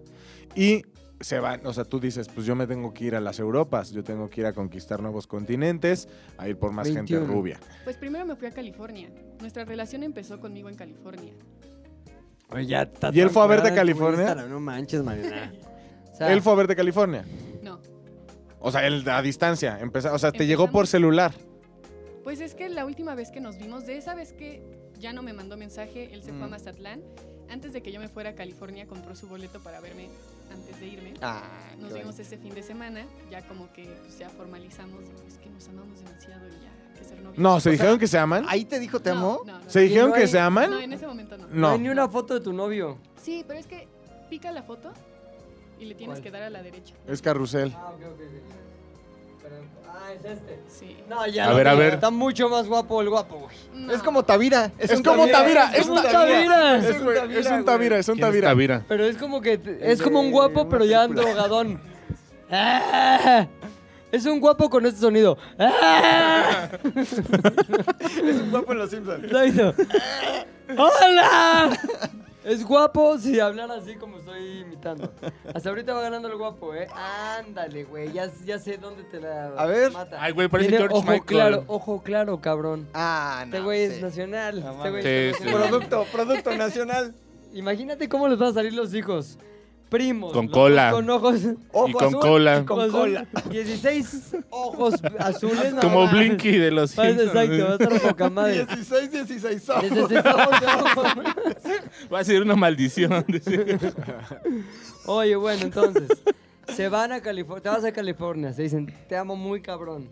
Y se van, o sea, tú dices, pues yo me tengo que ir a las Europas, yo tengo que ir a conquistar nuevos continentes, a ir por más gente
21.
rubia.
Pues primero me fui a California. Nuestra relación empezó conmigo en California.
Oye, ya está
¿Y él
tan
fue a verte
curada
a
tu
California?
Instagram, No manches, Mariana. O sea,
Él fue a verte a California.
No.
O sea, él a distancia. Empeza, o sea, te llegó
Empezamos.
por celular.
Pues es que la última vez que nos vimos, de esa vez que ya no me mandó mensaje, él se fue a
Mm.
Mazatlán. Antes de que yo me fuera a California, compró su boleto para verme antes de irme.
Ah,
Nos
qué
vimos
bueno.
ese fin de semana, ya como que pues, ya formalizamos, es que nos amamos demasiado y ya hay que ser novios.
No, ¿se
O sea,
dijeron que se aman?
Ahí te dijo, ¿te
no,
amó?
No, no,
¿Se dijeron
no
que
hay-
se aman?
no, en ese momento no.
No.
No hay ni una foto de tu novio.
Sí, pero es que pica la foto y le tienes
¿Cuál?
que dar a la derecha.
Es carrusel.
Ah, ok, ok. Perdón. Ah, es este.
Sí.
No, ya.
A
lo
ver,
vi.
a ver.
Está mucho más guapo el guapo, güey.
No.
Es como Tavira.
Es como Tavira, es
Ah, un Tavira.
Es, güey, es
güey.
un Tavira, es un
¿Quién es
Tavira.
Tavira?
Pero es como que. te-
El
Es como un
de
guapo,
una
pero ya
película.
drogadón. ¡Ah! Es un guapo con este sonido. ¡Ah!
un guapo en los Simpsons.
Exacto. ¡Hola! Es guapo si hablar así como estoy imitando. Hasta ahorita va ganando el guapo, ¿eh? Ándale, güey. Ya, ya sé dónde te la
A ver.
mata.
Ay, güey, parece
Tiene
George
ojo
Michael.
claro, Oh, ojo claro, cabrón.
Ah, no.
Este güey es
sí.
nacional.
No
este güey
mames.
es
Sí, sí.
nacional.
Producto, producto nacional.
Imagínate cómo les van a salir los hijos. Primos.
Con
los
cola.
dos Con ojos.
y
Ojo
con
azul.
cola.
con
Ojos
cola.
16 ojos azules. no
Como
mames.
Blinky de los
Va-
Simpsons.
Exacto, va a estar poca madre.
16, 16
Necesitamos ojos.
Va a ser una maldición. dice.
Oye, bueno, entonces. Se van a California. Te vas a California. Se dicen, te amo muy cabrón.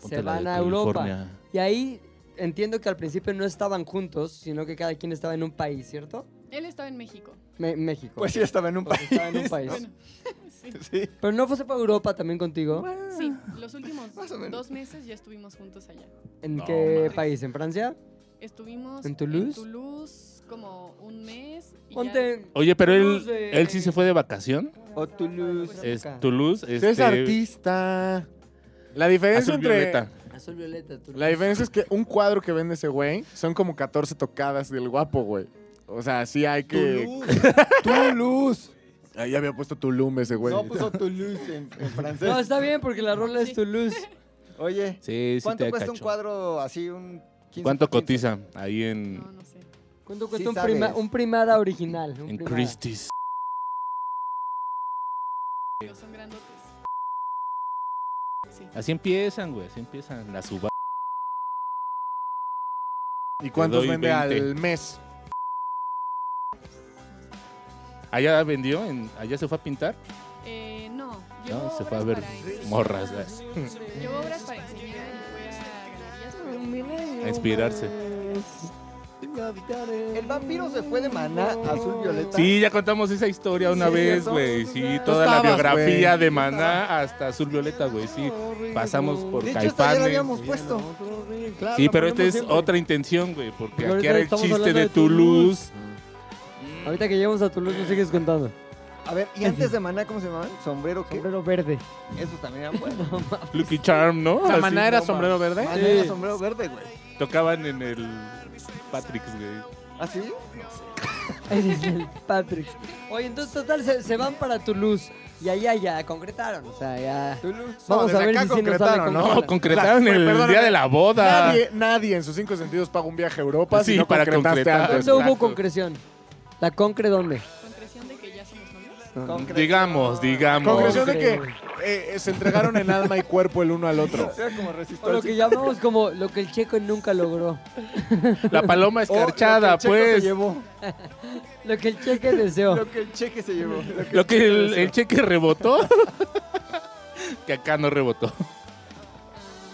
Ponte
se
la
van
de
a Europa.
California.
Y ahí entiendo que al principio no estaban juntos, sino que cada quien estaba en un país, ¿cierto?
Él estaba en México.
Me- México.
Pues sí, estaba en un
Porque
país.
estaba en un país.
Sí.
Sí.
Pero no fuese para Europa también contigo.
Sí, los últimos
Más o menos.
dos meses ya estuvimos juntos allá.
¿En
No,
qué
madre.
país? ¿En Francia?
Estuvimos
¿En Toulouse?
Toulouse como un mes. Y ya-
Ponte.
Oye, pero él,
Toulouse, eh,
él sí se fue de vacación.
O Toulouse.
Es
Azul
Toulouse.
Sí,
Este,
Es artista. La
Azul
diferencia entre.
Violeta.
violeta. tú.
La diferencia es que un cuadro que vende ese güey son como 14 tocadas del guapo, güey. O sea, sí hay que.
Toulouse. Toulouse.
Ahí había puesto Tulum ese güey.
pues,
No puso Toulouse en, en francés.
No, está bien porque la rola es Toulouse.
Oye,
Sí, sí
¿cuánto
te
cuesta un
cacho.
cuadro así? Un 15
¿Cuánto
por 15?
cotiza ahí en,
No, no sé.
¿Cuánto cuesta
Sí
un, prima-
sabes.
un primada original? Un
en
primada.
Christie's?
Pero son grandotes. Sí.
Así empiezan, güey. Así empiezan las subas.
¿Y cuántos
doy
vende
20.
al mes?
Allá vendió, en- allá se fue a pintar.
Eh, no, llevó
No, se fue a
obras
ver
para enseñar.
morras. güey.
Llevó obras para enseñar y fue a galerías. pero-
A inspirarse.
El vampiro se fue de maná a azul violeta.
Sí, ya contamos esa historia una
Sí,
vez,
cierto.
güey. Sí,
Tú
toda la
estabas,
biografía
güey.
de Maná hasta Azul Violeta, güey. Sí, pasamos por
De hecho, esta ya la
Caifanes.
habíamos puesto.
Sí, pero esta es otra intención, güey, porque
Pero
aquí
ahorita
era el
estamos
chiste
hablando
de
de Toulouse.
Toulouse.
Ahorita que llegamos a Toulouse nos sigues contando.
A ver, ¿y antes de maná cómo se llamaban? ¿Sombrero qué?
Sombrero verde.
Esos también eran buenos.
Lucky Charm, ¿no? Así,
¿Samaná era
no,
sombrero verde?
Maná era sombrero verde, güey.
ma- Tocaban en el Patrick's, güey.
¿Ah, sí?
Ese es el Patrick. Oye, entonces total se, se van para Toulouse. Y allá ya concretaron. O sea, ya.
Toulouse.
No,
Vamos a
desde
ver
acá
si sí nos sale
concretaron,
con
¿no?
cola.
No, concretaron
La-
el
perdóname.
día de la boda.
Nadie, nadie en sus cinco sentidos paga un viaje a Europa
Pues Sí,
si no
para
concretaste
concretar.
antes.
¿Dónde hubo
Exacto.
concreción? ¿La concre dónde?
Concreción de que ya somos novios.
Concreción.
Digamos, digamos.
Concreción de que
Hombre.
eh, eh, se entregaron en alma y cuerpo el uno al otro.
Era como
O lo que
resistencia.
llamamos como lo que el checo nunca logró.
La paloma
Oh,
escarchada, pues.
Se llevó.
Lo que el cheque deseó.
Lo que el cheque se llevó. Lo que-
Lo que el, el cheque rebotó. que acá no rebotó.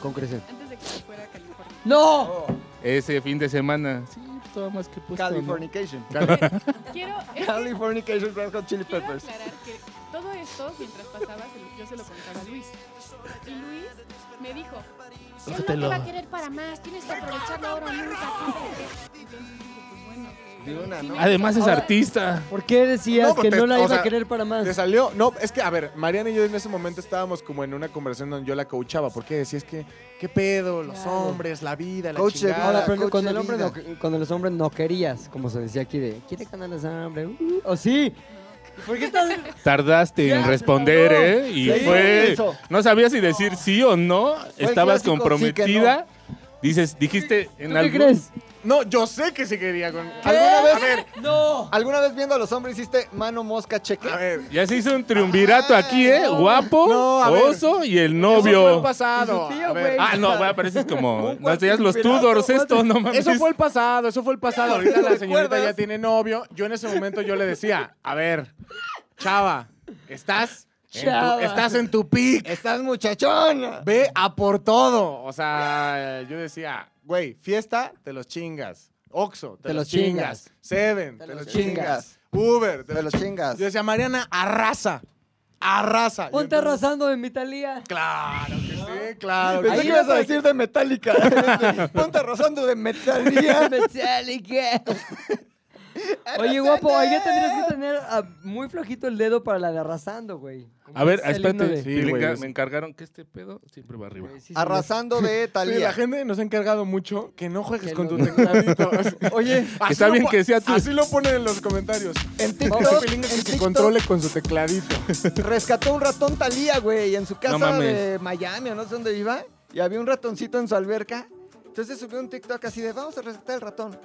Concreción.
Antes de que se fuera a California.
¡No!
Oh,
Ese fin de semana. Sí, todo más que puesto. ¿no?
Californication.
Quiero, es que
Californication Red Hot Chili
quiero
Peppers.
aclarar que todo esto esto mientras pasaba, se lo- yo se lo contaba a Luis. Y Luis me dijo, él no te
Cógetelo.
va a querer para más, tienes que aprovecharlo ahora o nunca. cógete". Entonces dije, pues bueno.
De una,
sí
¿no?
me
Además es
Ahora,
artista.
¿Por qué decías
No, pues
que
te-
no la
o
iba a
sea,
querer para más?
Te salió. No, es que, a ver, Mariana y yo en ese momento estábamos como en una conversación donde yo la coachaba. Porque decía, es que, ¿qué pedo? Los
Claro.
hombres, la vida, la
Coach de
chingada.
vida.
Ahora,
Ahora, pero
coach
cuando,
de
el hombre
vida.
no, cuando los hombres no querías, como se decía aquí de, ¿quiere ganar ese hambre? Uh, ¿O sí? ¿Por qué estás...?
Tardaste en responder,
no.
¿eh? Y
Sí,
fue.
eso.
No sabías si decir sí o no.
el
Estabas
clásico,
comprometida. Dices, dijiste en
¿Tú qué
algún-
crees?
No, yo sé que sí quería con.
¿Alguna
A
vez,
ver,
¡No!
¿Alguna vez viendo a los hombres hiciste mano mosca cheque?
a ver.
Ya se hizo un triunvirato aquí, ¿eh? Guapo,
No, a ver.
oso y el
Eso fue el
novio.
pasado.
Y su tío,
a ver.
güey.
Ah, no, güey, pareces como.
Un
No seas los
cuarto
Tudors,
inspirado,
esto, no mames.
Eso fue el pasado, eso fue el pasado. Ahorita la señorita
¿Recuerdas?
ya tiene novio. Yo en ese momento yo le decía, a ver, chava, estás, en tu-
Chava.
estás en tu pic.
¡Estás muchachón!
Ve a por todo. O sea, yo decía, güey, fiesta, te los chingas. Oxxo, te,
Te
los
los chingas.
chingas. Seven, te,
los
los
chingas.
chingas. Uber, te,
Te los
los chingas.
chingas.
Yo decía, Mariana, arrasa. Arrasa.
Ponte
Yo-
arrasando en mi talía.
Claro que sí, claro. que
Pensé
sí.
que ibas a decir de Metallica. Ponte arrasando de Metallica.
Metallica. Oye, guapo, ahí ya tendrías
eh.
que tener ah, muy flojito el dedo para la de arrasando, güey.
A ver,
Es el himno
espérate.
de-
Sí,
Pilinga,
güey, es-
me encargaron que este pedo siempre va arriba.
Sí, sí,
Arrasando de
Sí,
Talía.
la gente nos ha encargado mucho que no juegues
Que
con
no-
tu tecladito.
Oye,
Así
está
lo
bien
po-
que sea tu-
Así lo ponen en los comentarios.
En
Ese
TikTok, en
pilinga que se
TikTok,
controle con su tecladito.
rescató un ratón Talía, güey, en su casa
mames.
de Miami o no sé dónde iba. Y había un ratoncito en su alberca. Entonces subió un TikTok así de, vamos a rescatar el ratón.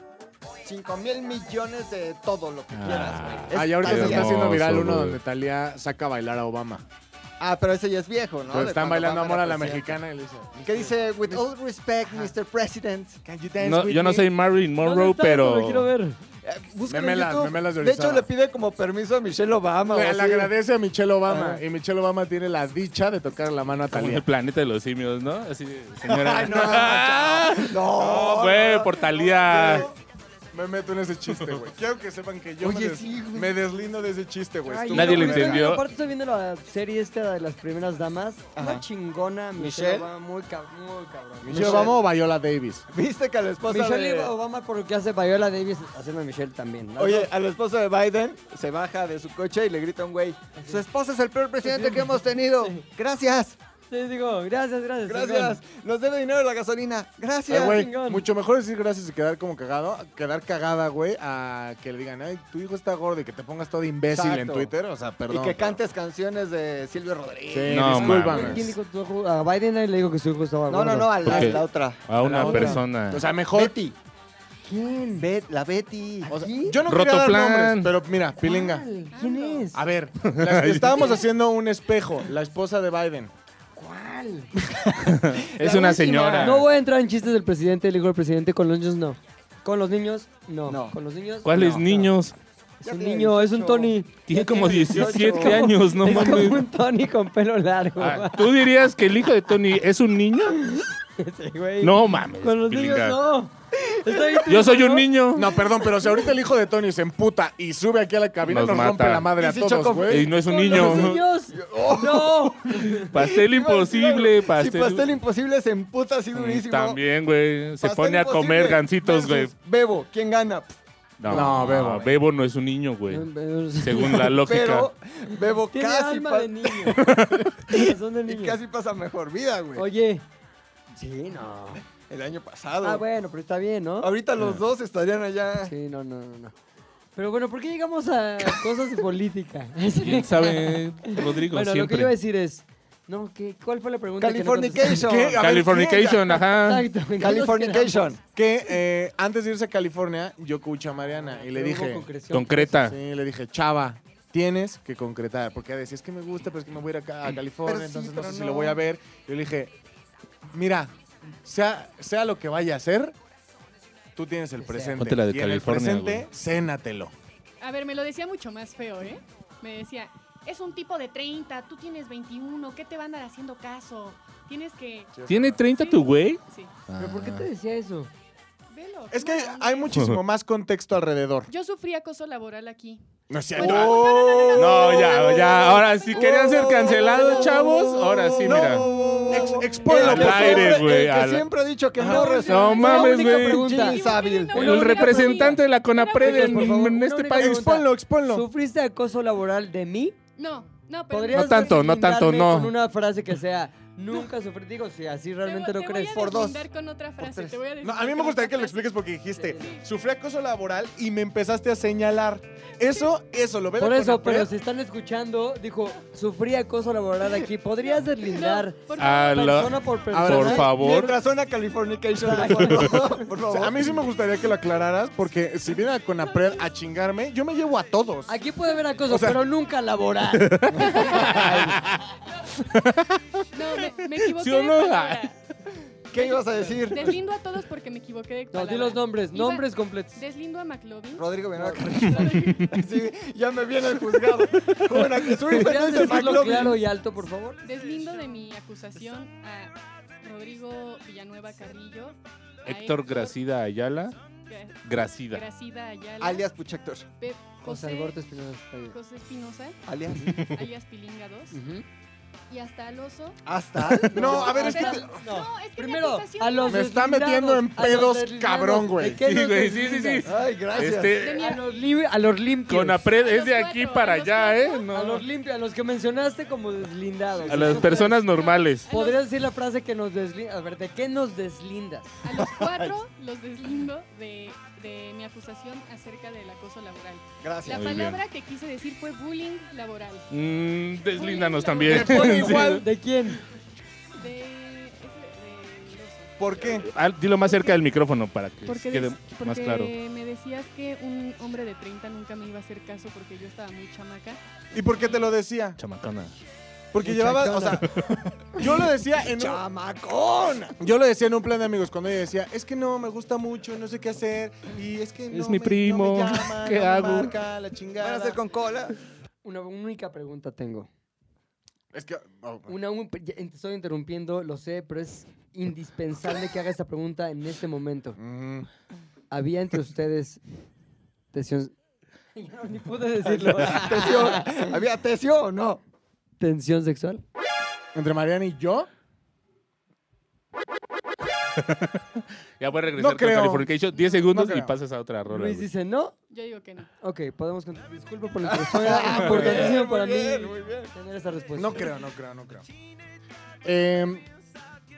5 mil millones de todo lo que quieras, güey.
Ah,
Es
Ah, y ahorita se
Thalía.
está haciendo
Hermoso,
viral uno
güey.
donde Talía saca a bailar a Obama.
Ah, pero ese ya es viejo, ¿no?
Pero
De
están
cuando
bailando
Obama
Amor
era
a la
presidente.
mexicana y le dice,
Que dice, with all respect, Mr. President.
"Can you dance
No,
with
yo no
me?"
soy Marilyn
¿dónde
Monroe,
está?
pero.
Lo quiero ver.
Eh, búscalo en
Memelas,
YouTube.
memelas de
de hecho,
Orizaba.
le pide como permiso a Michelle Obama. o
Le,
así.
le agradece a Michelle Obama. Y Michelle Obama tiene la dicha de tocar la mano a
Como en el
Talía.
planeta de los simios, ¿no? Así de, señora.
Ay, no,
No,
No,
güey,
no.
por Talía.
Me meto en ese chiste, güey. Quiero que sepan que yo
Oye,
me, des-
sí, güey.
me deslindo de ese chiste,
pues
güey.
Ay,
Estuvo
Nadie lo
culera.
entendió.
Aparte estoy viendo la serie esta de las primeras damas. Una chingona Michelle
Michelle.
Obama, muy, cab- muy cabrón.
Michelle Obama o Viola Davis.
Viste que a la esposa
Michelle
de...
Obama por lo que hace Viola Davis haciendo a Michelle también. Las
Oye,
dos.
a la esposa de Biden se baja de su coche y le grita a un güey, su esposa es el peor presidente que hemos tenido. Gracias,
Sí, digo, gracias, gracias.
gracias. Nos debe dinero de la gasolina.
Ay,
Gracias.
güey,
chingón.
mucho mejor decir gracias y quedar como cagado, quedar cagada, güey, a que le digan, ay, tu hijo está gordo y que te pongas todo imbécil en
Exacto.
Twitter, o sea, perdón.
y que cantes canciones de Silvio Rodríguez.
Sí,
No,
discúlpame.
mames.
¿Quién dijo tu hijo? A Biden le digo que su hijo estaba
No, no, no,
gordo.
a la,
Porque-
la otra.
A una
otra.
persona.
O sea, mejor.
Betty. ¿Quién? Bet- la Betty.
o sea, yo no
Roto
quería dar
plan.
nombres, pero mira, pilinga.
¿Cuál? ¿Quién es?
A ver, la- estábamos haciendo un espejo, la esposa de Biden.
¿Cuál?
es
La
una
última.
señora.
No voy a entrar en chistes del presidente, el hijo del presidente, con los niños no. Con los niños, no.
No.
Con los niños.
¿Cuáles
no.
niños?
Es un niño, es un Tony.
Tiene como 17
¿Cómo?
años, no
es
mames.
como un Tony con pelo largo.
Ah, ¿Tú dirías que el hijo de Tony es un niño?
Sí, güey.
No mames.
Con los
Pilinga.
niños no. Está bien
Yo soy
triste,
un
¿no?
niño.
No, perdón, pero si ahorita el hijo de Tony se emputa y sube aquí a la cabina,
Nos
nos, rompe
mata.
la madre
Y
a
si
todos,
choco-
Y
güey.
no es un
Con
niño.
los niños.
Oh.
No.
Pastel imposible, pastel. Mm,
Si pastel imposible se emputa así durísimo.
También, güey. Se
Pastel
pone a comer
imposible
gancitos, güey.
versus Bebo, ¿quién gana?
No, Bebo, güey.
Bebo no es un niño, güey. Según la lógica.
Pero Bebo
Tiene
casi,
alma
pa-
de niño. Corazón de
y
niño.
casi pasa mejor vida, güey.
Oye. ah, Sí, no.
El año pasado.
Ah, bueno, pero está bien, ¿no?
Ah.
Ahorita los dos estarían allá.
Sí, no, no, no, no. Pero bueno, ¿por qué llegamos a cosas de política?
¿Quién sabe? Rodrigo,
bueno, lo que
siempre.
iba a decir es, no, ¿qué, ¿cuál fue la pregunta? que no
Californication.
¿Qué? A ver,
Californication, ajá.
contestaste? Exacto. ¿en qué nos
Californication.
Que eh, antes de irse a California, yo escuché a Mariana y le
quedamos? Hubo
dije,
concreción.
Concreta.
Sí, le dije, chava, tienes que concretar. Porque ella decía, es que me gusta, pero es que me voy a ir acá a California,
Pero sí,
entonces no
pero
sé si
no.
lo voy a ver. Yo le dije, mira, sea, sea lo que vaya a hacer, tú tienes el presente.
Ponte la de
y en
California,
el presente, cénatelo.
A ver, me lo decía mucho más feo, ¿eh? Me decía, es un tipo de 30, tú tienes 21, ¿qué te van a andar haciendo caso? Tienes que...
¿Tiene 30 tu güey?
Sí,
¿Pero por qué te decía eso?
velo.
Es que
¿cómo
hay,
la
hay
onda?
muchísimo más contexto alrededor.
Yo sufrí acoso laboral aquí.
No es
Bueno,
cierto.
no, no, no, no,
No, ya, ya. Ahora, si querían ser cancelados, chavos, ahora sí,
Oh. No.
mira.
Ex-
El
expóyelo,
Al
que
por
aire,
favor.
siempre-
güey,
El
al-
que siempre ha dicho que
No,
no resuelve.
no mames,
La única
güey.
pregunta
Sí,
es hábil.
no,
El
Una única
representante de la
pregunta.
CONAPRED en,
Por favor,
en
una
este
única
país.
pregunta.
Expónlo, expónlo.
¿Sufriste acoso laboral de mí?
No, no, pero
¿Podrías
No tanto, no tanto,
deslindarme
no.
Con una frase que sea, nunca sufrí, digo, si así realmente
te,
lo
vo-
crees.
Te voy a
Por dos.
deslindar con otra frase.
tres.
Te voy a
Ah, No, a mí me gustaría que lo expliques porque dijiste, sufrí acoso laboral y me empezaste a señalar. Eso, eso, lo veo.
Por eso, pero si están escuchando, dijo, sufrí acoso laboral aquí. ¿Podrías deslindar
A
persona
la-
por persona?
Por favor.
Mientras suena Californication, por favor. Por favor.
a mí sí me gustaría que lo aclararas porque si viene con Apred a chingarme, yo me llevo a todos.
Aquí puede haber acoso,
O sea-
pero nunca laboral.
No, me, me equivoqué.
¿Sí o
de
no?
palabra.
ah.
¿Qué ibas a decir?
Deslindo a todos porque me equivoqué de
No,
palabra.
di los nombres,
Iba-
nombres completos.
Deslindo a McLovin.
Rodrigo Villanueva Carrillo.
Rodrigo-
Sí, ya me viene el juzgado. Joven, aquí soy
¿Podrías
Fernández
decirlo
McLovin.
claro y alto, por favor?
Deslindo de mi acusación a Rodrigo Villanueva Carrillo. a
Héctor Gracida Ayala.
Gra-
Gracida.
Gracida Ayala.
Alias Puchector.
Pe-
José
José,
Alberto Espinosa. España.
José Espinosa,
Alias.
alias Pilinga 2.
Ujú.
Y hasta al oso.
Hasta.
No, a ver, es que
Pero- No, es que
te-
mi
Ah, Primero,
acusación
a los
Me está
deslindados,
metiendo en
a los
pedos,
deslindados,
cabrón, güey.
¿de qué
Sí,
nos
güey, sí, sí,
deslindas?
sí.
Ay, gracias.
De
Este,
mi-
A los, libre- a los limpios.
CONAPRED
A
es
los
de aquí
cuatro,
para
a los
allá, ¿eh?
cuatro.
No.
A los limpios, a los que mencionaste como deslindados.
A las personas normales.
¿Podrías decir la frase que nos deslinda? A ver, ¿de qué nos deslindas?
A los cuatro los deslindo de, de mi acusación acerca del acoso laboral. La
Gracias.
Muy bien.
palabra que quise decir fue bullying laboral.
Mm, deslíndanos
Bullying
también.
laboral.
Pone igual.
¿De quién?
De, ese- del oso.
¿Por qué?
Ah, Dilo más cerca del micrófono para que
Porque,
quede
des-
más
porque
claro.
me decías que un hombre de 30 nunca me iba a hacer caso porque yo estaba muy chamaca.
¿Y por qué te lo decía?
Chamacana.
Porque llevaba, o sea, yo lo decía en un,
¡Chamacón!
yo lo decía en un plan de amigos cuando ella decía, es que no, me gusta mucho, no sé qué hacer, y es que no
mi
me- no me
primo,
llama,
¿qué
no me
hago?
marca, la chingada.
¿Van a hacer con cola?
Una única pregunta tengo.
Es que, oh,
Una, un- ya- te estoy interrumpiendo, lo sé, pero es indispensable que haga esta pregunta en este momento.
mm.
¿Había entre ustedes tensión... Yo ni pude decirlo.
¿Tesio? ¿Había tesio o no?
¿Tensión sexual?
entre Mariana y yo,
Ya voy a regresar
No
con
creo.
Californication. 10 segundos
No
y
creo.
pasas a otra rola.
Luis
güey.
dice no.
Yo digo que no.
Ok, podemos
Ah,
continuar. Disculpa por la interrupción. Era importantísimo para mí tener esa
Pues
respuesta.
no creo, no creo, no creo. Em,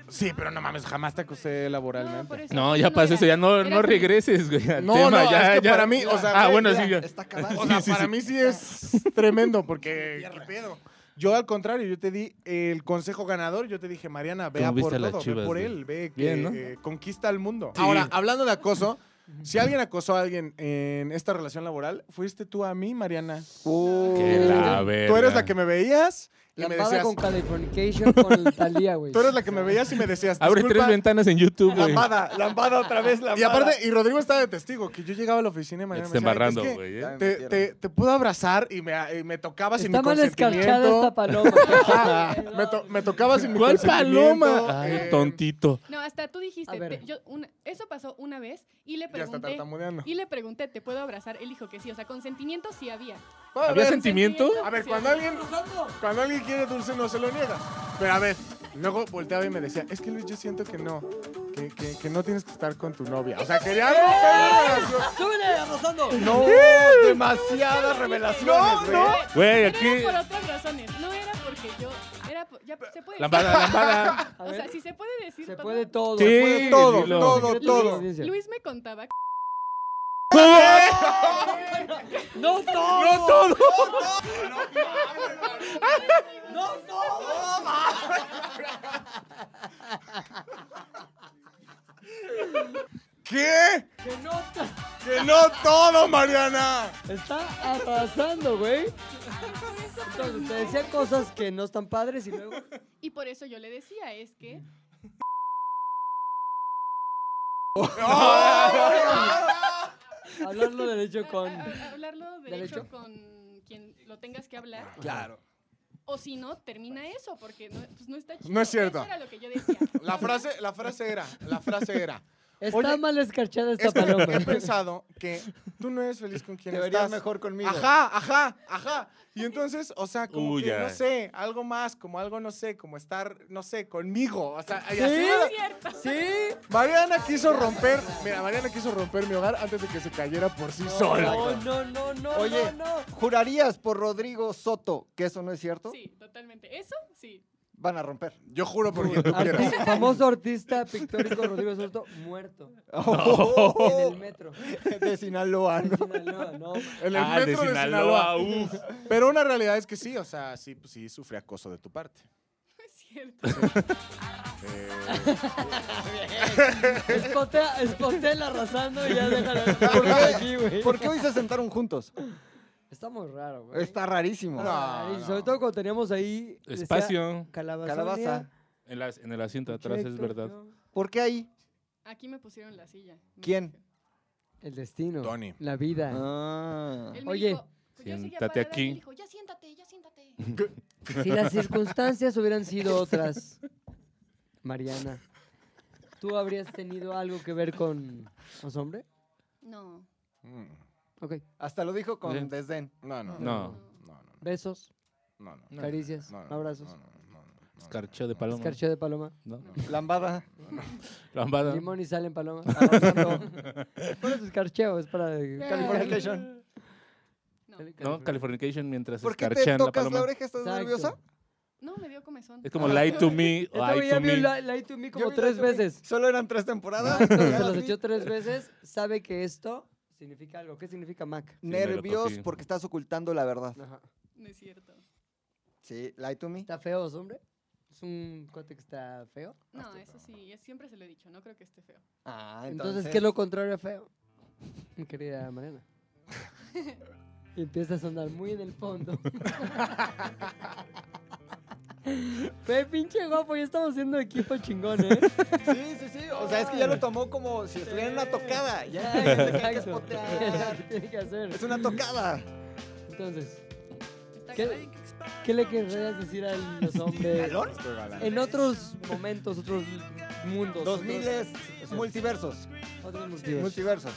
sí, pero no mames, jamás te
No,
acusé
por
laboralmente.
eso,
No,
yo
ya pasó
era.
eso. Ya no,
Era
no
como-
regreses, güey. al
No,
tema,
no,
ya,
es que
ya.
para mí, o sea,
Ah,
güey,
bueno,
ya.
sí, ya.
Está acabado.
O sea, para mí sí es tremendo porque ¿qué pedo? Yo al contrario, yo te di el consejo ganador, yo te dije, Mariana, ve
¿Cómo
a
viste
por
a las
todo, ve
Chivas,
por
güey?
él, ve que
Bien, ¿no?
eh, conquista al mundo.
Sí.
Ahora, hablando de acoso, si alguien acosó a alguien en esta relación laboral, fuiste tú a mí, Mariana.
Que la verga.
Tú eres la que me veías y
La
me
pava
decías,
con Californication con Talía, güey.
tú eres la que me veías y me decías,
Abre tres
"Disculpa,
ventanas en YouTube, güey.
Lambada, lambada otra vez, lambada.
Y aparte, y Rodrigo estaba de testigo, que yo llegaba a la
Ya
oficina y
te
Mariana
está
me decía,
embarrando,
"Es que
güey. ¿eh?
te, te, te puedo abrazar y me, y me tocaba sin mi
Está mal escarchada
consentimiento.
esta paloma.
Ajá, me, to- me tocaba sin mi
¿Cuál
consentimiento,
paloma? Ay,
eh,
tontito.
No, hasta tú dijiste.
A ver.
te- yo- una- eso pasó una vez y le
Ya está
pregunté.
tartamudeando.
Y le pregunté, ¿te puedo abrazar? Él dijo que sí. O sea, consentimiento sí había.
A
¿Había
ver,
sentimiento?
a ver,
sí
cuando
había.
alguien, cuando alguien quiere dulce no se lo niega. Pero a ver, luego volteaba y me decía, es que Luis, yo siento que no, que, que, que no tienes que estar con tu novia. O sea, quería romper la relación.
¡Súbele, abrazando!
No, demasiadas revelaciones, güey.
Güey,
Pero
aquí.
Era por otras razones. No era porque yo. Era por- ya se puede
Lambada, lambada.
A
decir. O sea,
ver,
si se puede decir.
se
perdón.
puede todo.
Sí,
se puede
Fue todo,
dilo.
todo, todo.
Luis, Luis me contaba.
¡No todo!
¡No todo!
¡No todo!
¿Qué?
¡Que no to-
¡Que no todo, Mariana!
Está arrasando, güey. Entonces, te decía cosas que no están padres y luego...
Y por eso yo le decía, es que.
Hablarlo derecho con...
a- a- hablarlo derecho
¿Derecho?
con quien lo tengas que hablar. Claro. O si no, termina eso, porque no, pues no está chido.
No es cierto.
Eso era lo que yo decía.
La frase, la frase era, la frase era.
Está
Oye,
mal escarchada esta
Es que
paloma.
he pensado que tú no eres feliz con quien
Te verías
estás.
mejor conmigo.
Ajá, ajá, ajá. Y entonces, o sea, como
Uy,
que,
ya.
no sé, algo más, como algo, no sé, como estar, no sé, conmigo. O sea, y
¿Sí?
así,
Es cierto.
¿Sí?
Mariana quiso romper, mira, Mariana quiso romper mi hogar antes de que se cayera por sí sola.
No, no, no, no,
Oye.
no, no.
¿Jurarías por Rodrigo Soto que eso no es cierto?
Sí, totalmente. ¿Eso? Sí.
Van a romper.
Yo juro por quien tú quieras.
Arti-
Famoso artista pictórico Rodrigo Soto muerto en el metro.
de Sinaloa,
En
Oh. Ah, ¿no?
Sinaloa, no, ma-
En el
Ah,
metro de Sinaloa.
uf.
Pero una realidad es que sí, o sea, sí, pues, sí sufre acoso de tu parte.
No es cierto.
Espotea, espotea arrasando y ya déjala.
¿Por qué?
aquí, güey.
¿Por qué hoy se sentaron juntos?
Está muy raro, güey.
Está rarísimo.
No,
Ay,
no.
Sobre todo cuando teníamos ahí... decía,
Espacio.
Calabaza.
Calabaza.
En, las- en el asiento de atrás, es
Perfecto,
verdad.
¿no?
¿Por qué ahí?
Aquí me pusieron la silla. Me
¿Quién?
dijo.
El destino.
Tony.
La vida.
Ah.
Él me
Oye,
dijo, pues yo seguía
siéntate
parada y
aquí.
me dijo, ya siéntate, ya siéntate.
Si las circunstancias hubieran sido otras, Mariana, ¿tú habrías tenido algo que ver con los hombres?
No.
Mm,
Ok.
Hasta lo dijo con
Sí.
desdén.
No, no, no.
No,
No, no,
Besos,
no, no, no.
caricias,
No, no,
abrazos,
no, no, no, no, no, no.
escarcheo de paloma.
escarcheo de paloma,
No,
Lambada.
lambada.
limón y sal en paloma.
abrazando.
¿Cuál es escarcheo? Es para... eh,
Eh,
Californication.
No.
No, Californication mientras
¿Por qué te
escarchean la
tocas la,
paloma.
oreja? ¿Estás
Exacto.
nerviosa?
No, me dio comezón.
Es como Lie to Me,
Este güey
Lie
ya
to
vio
Me.
la, la I to me
Yo
como
vi
tres
la-
veces.
Solo eran tres temporadas.
Se los echó tres veces. Sabe que esto significa algo. ¿Qué significa Mac?
Nervios
cogí.
porque estás ocultando la verdad.
Ajá.
No es cierto.
Sí, lie to me.
Está feo, hombre. Es un cuate que está feo.
No, eso sí, es- siempre se lo he dicho, no creo que esté feo.
Ah,
Entonces, ¿qué es lo contrario a feo? Mi querida Mariana. y empieza a sonar muy en el fondo. Ve, pinche guapo, ya estamos siendo equipo chingón, ¿eh?
Sí, sí, sí. O sea, es que ya lo tomó como si estuviera en una tocada. Ya, ya te caes
exacto. Es lo que tiene que hacer.
Es una tocada.
Entonces,
Está
¿Qué?
alguien que-
¿qué le querrías decir a los hombres?
¿Alón?
En otros momentos, otros mundos.
Dos
otros-
miles multiversos.
Otros motivos.
Multiversos.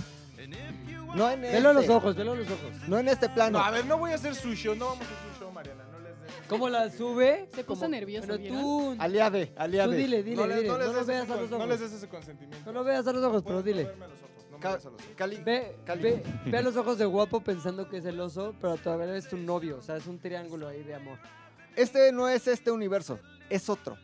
No en
Velo a los
este.
ojos, velo a los ojos.
No en este
No,
plano.
a ver, no voy a hacer su show, no vamos a hacer su show, Mariana. No les des-
¿Cómo la sube?
Se puso
Como-
nerviosa,
Bueno,
¿vieron?
tú,
Aliade,
tú
aliade.
dile, dile,
No les-
dile.
no
No,
les
lo
des
veas
ese
a
con-
los
no
ojos.
les des ese consentimiento.
No lo veas a los ojos, pero
Puedes
dile.
No verme a los ojos, no me
Ca-
veas a los ojos.
Cali.
Ve,
Cali.
ve, ve a los ojos de guapo pensando que es el oso, pero todavía es tu novio. O sea, es un triángulo ahí de amor.
Este no es este universo, es otro.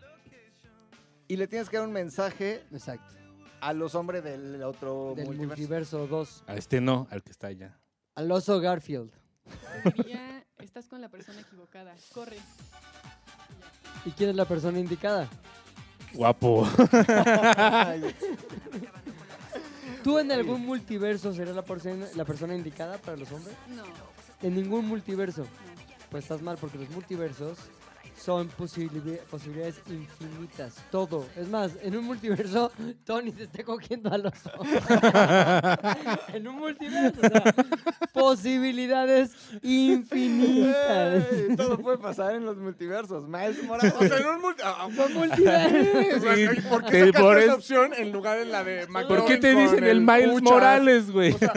Y le tienes que dar un mensaje
Exacto.
a los hombres del otro
Del
multiverso.
multiverso 2.
A este no, al que está allá.
Al oso Garfield.
te diría, estás con la persona equivocada, corre.
¿Y quién es la persona indicada?
Guapo.
Ay,
¿Tú en algún multiverso serás la, porcena- la persona indicada para los hombres?
No,
En ningún multiverso. Pues estás mal, porque los multiversos son posibili- posibilidades infinitas. Todo. Es más, en un multiverso, Tony se está cogiendo a los en un multiverso. o sea, posibilidades infinitas.
ey, todo puede pasar en los multiversos. Miles Morales.
O sea, en un multi- ah, ah,
Multiverso.
o sea,
Sí,
¿Por qué
te-
sacaste
por
esa
eso-
opción en lugar de la de McLovin
¿Por qué te
con
dicen el Miles
Puchas?
Morales, güey?
O sea,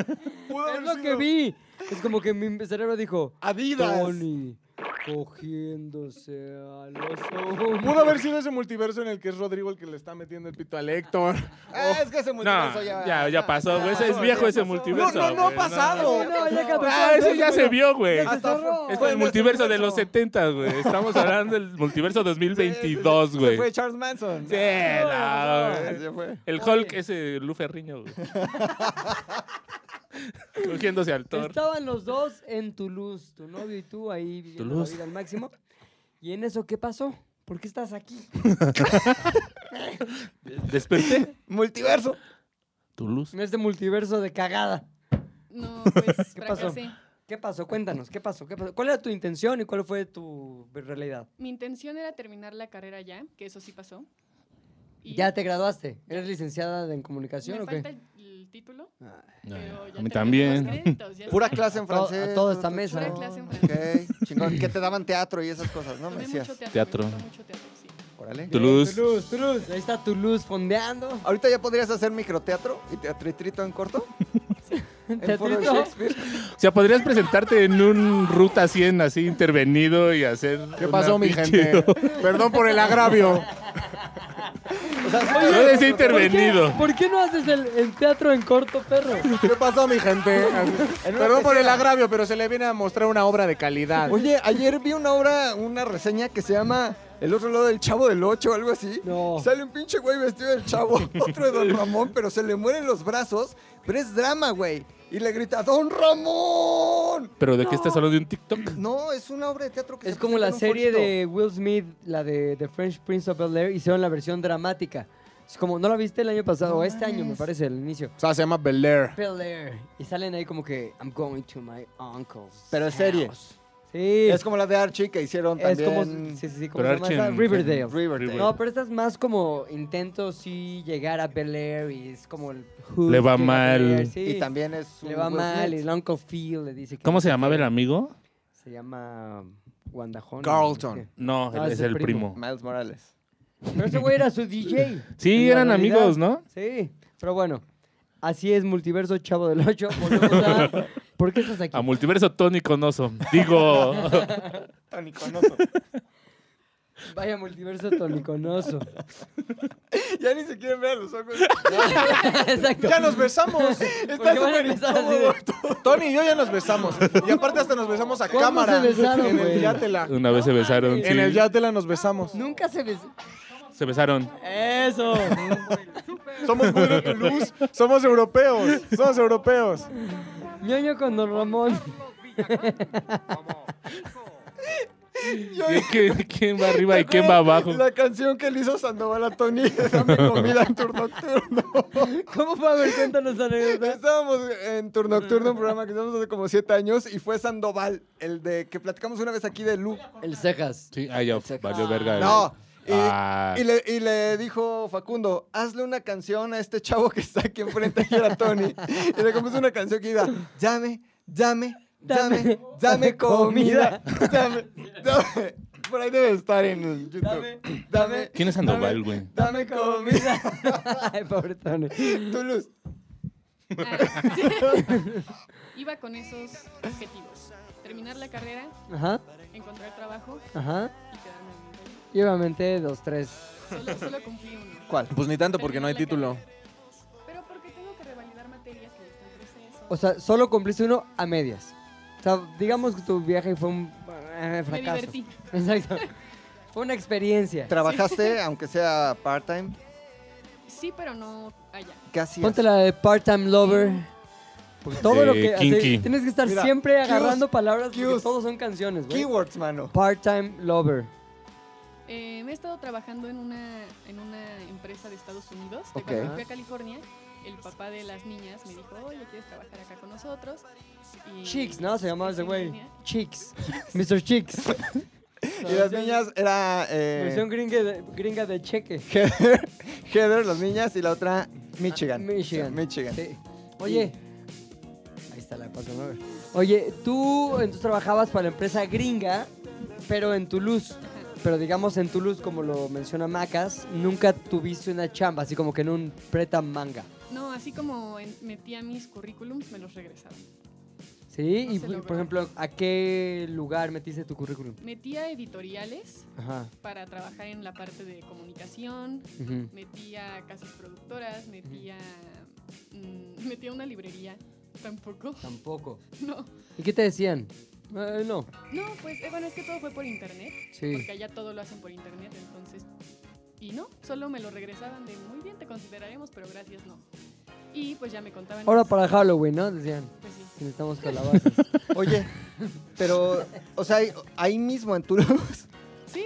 pudo
es
haber
lo que
sido-
vi. Es como que mi cerebro dijo,
Adidas.
Tony cogiéndose a los
Pudo haber sido ese multiverso en el que es Rodrigo el que le está metiendo el pito al Héctor.
Ah, es que ese multiverso
no,
ya.
ya, ya, pasó, güey. Ese es viejo ese multiverso.
No, no, no ha
güey,
pasado.
No, no, ya acabó.
Ah, ese ya se vio, güey.
Hasta
Hasta
fue-
Es
fue
el
nuestro
multiverso de los
universo.
70, güey. Estamos hablando del multiverso 2022,
Se
güey.
Fue Charles Manson.
Sí, no,
Ah,
güey.
ya fue.
El Hulk es el Luferriño, güey. Cogiéndose al Thor.
Estaban los dos en Toulouse, tu novio y tú ahí viviendo
Toulouse.
la vida al máximo. ¿Y en eso qué pasó? ¿Por qué estás aquí?
Desperté.
Multiverso.
Tu luz.
En este multiverso de cagada.
no, pues
¿Qué pasó?
fracasé.
¿Qué pasó? Cuéntanos, ¿qué pasó? ¿Qué pasó? ¿Cuál era tu intención y cuál fue tu realidad?
Mi intención era terminar la carrera ya, que eso sí pasó. Y
¿Ya te graduaste? ¿Eres licenciada en comunicación
me
o qué?
falta el, el título, pero ya
A mí
terminé los
también.
créditos, ya
Pura
está.
clase en
to- a
francés.
toda esta
todo-
mesa.
Pura clase en
Ok, chingón. Que te daban teatro y esas cosas, ¿no? Me
Tomé
decías.
mucho
Teatro.
teatro. me gustó mucho teatro, sí.
Órale.
Toulouse.
Toulouse, Toulouse. Ahí está Toulouse fondeando.
Ahorita ya podrías hacer microteatro y teatritrito en corto. El foro de
Teatrito.
Shakespeare.
O sea, podrías presentarte en un Ruta 100 así intervenido y hacer.
¿Qué
una
pasó, mi
pinche-
gente? Perdón por el agravio.
O sea, sí,
No decía
¿Por qué-
intervenido.
¿Por qué no haces el, el teatro en corto, perro?
¿Qué pasó, mi gente? Perdón por el agravio, pero se le viene a mostrar una obra de calidad.
Oye, ayer vi una obra, una reseña que se llama El otro lado del chavo del 8 o algo así.
No.
Sale un pinche güey vestido del chavo, otro de Don Ramón, pero se le mueren los brazos. Pero es drama, güey. Y le grita, ¡Don Ramón!
¿Pero de qué estás hablando de un TikTok?
No, es una obra de teatro que
Es
se
como la
presenta en un
serie
forito.
de Will Smith, la de The French Prince of Bel Air, hicieron la versión dramática. Es como, ¿no la viste el año pasado? o este año, me parece, el inicio.
O sea, se llama Bel Air.
Bel Air. Y salen ahí como que, I'm going to my uncle's.
Pero es serie.
Sí.
Es como la de Archie que hicieron
Es
también.
como, sí, sí, sí, ¿cómo
Pero
se llama esa?
Archie en-
Riverdale.
en
Riverdale.
No, pero esta es más como intento sí llegar a Bel Air y es como el hood
Le
de
va
la Bel Air,
mal.
sí.
Y también es.
le
un
va
Will
mal y
Smith.
el Uncle Phil le dice que
¿Cómo
no
se
sé
llamaba
qué.
el amigo?
Se llama Guandajón.
Carlton.
No,
Ah,
él es el primo.
Miles Morales.
Pero ese güey era su DJ. En
Sí,
la
eran
realidad.
amigos, ¿no?
Sí, pero bueno. Así es Multiverso Chavo del 8. Volvemos a... ¿Por qué estás aquí?
A multiverso Tony Conoso. Digo,
Tony Conoso.
Vaya Multiverso Toniconoso.
ya ni se quieren ver a los ojos.
Exacto.
¡Ya nos besamos!
Porque
Está
van a
súper
empezar así de-
incómodo. Tony y yo ya nos besamos. Y aparte hasta nos besamos a
¿Cuándo
cámara.
se besaron,
en
güey?
el Yátela.
una vez se besaron. sí.
En el Yátela nos besamos.
Nunca se ves.
Se besaron.
Eso.
Somos muy de Toulouse. Somos europeos. Somos europeos.
Ñoño con Don Ramón.
¿Quién, quién va arriba y quién va abajo?
La canción que le hizo Sandoval a Tony, dame comida en turno nocturno.
¿Cómo fue? A ver, cuéntanos anécdotas.
Estábamos en turno nocturno, un programa que hicimos hace como siete años, y fue Sandoval, el de que platicamos una vez aquí de Lu.
El cejas.
Sí, ah, ya, valió verga.
No. Y,
Ah.
y le, y le dijo Facundo, hazle una canción a este chavo que está aquí enfrente, que era Tony. Y le compuso una canción que iba, llame, llame, llame, llame comida. Dame, dame. Por ahí debe estar en el YouTube. Dame,
¿Quién es Sandoval, güey?
dame comida.
Ay, pobre Tony.
Toulouse.
Ah, sí. Ah. Iba con esos objetivos. Terminar la carrera,
Ajá,
encontrar trabajo
ajá.
y quedarme en el país.
Y obviamente dos, tres.
Solo, solo cumplí uno.
¿Cuál?
Pues ni tanto porque no hay título.
Pero porque tengo que revalidar materias que están en proceso.
O sea, solo cumpliste uno a medias. O sea, digamos que tu viaje fue un eh,
me
fracaso.
divertí.
Exacto. Fue una experiencia.
¿Trabajaste, aunque sea part-time?
Sí, pero no allá.
Casi.
Ponte la de part-time lover. Porque todo lo
Eh,
que así,
kinky.
tienes que estar
Mira,
siempre
cues,
agarrando palabras porque
cues.
todos son canciones, güey.
Keywords, mano.
Part-time lover.
Eh, me he estado trabajando en una, en una empresa de Estados Unidos. que
Ok.
Cuando fui a California, el papá de las niñas me dijo, oye, ¿quieres trabajar acá con nosotros? Y-
Chicks, ¿no? Se llamaba ese güey.
California.
Chicks. Mr. Chicks.
Y las niñas era
Versión
eh,
gringa de, gringa de cheque.
Heather, Heather, las niñas, y la otra Michigan.
Michigan.
Michigan.
Sí. Oye. Ahí está la parte nueve. Oye, tú entonces trabajabas para la empresa gringa, pero en Toulouse. Pero digamos en Toulouse, como lo menciona Macas, nunca tuviste una chamba, así como que en un preta manga.
No, así como en- metía mis currículums, me los regresaron.
¿Sí?
No
y
se
por-
logró.
por ejemplo, ¿a qué lugar metiste tu currículum?
Metía editoriales
Ajá.
para trabajar en la parte de comunicación,
ujú.
metía casas productoras, metía, mm, metía una librería. Tampoco,
Tampoco.
no.
¿Y qué te decían? Eh, no.
No, pues eh, bueno, es que todo fue por internet.
Sí.
Porque allá todo lo hacen por internet, entonces. Y no, solo me lo regresaban de muy bien, te consideraremos, pero gracias no. Y pues ya me contaban.
Ahora para Halloween, ¿no? Decían.
Pues sí.
que Necesitamos calabazas.
Oye, pero, o sea, ahí, ahí mismo en Toulouse.
Sí,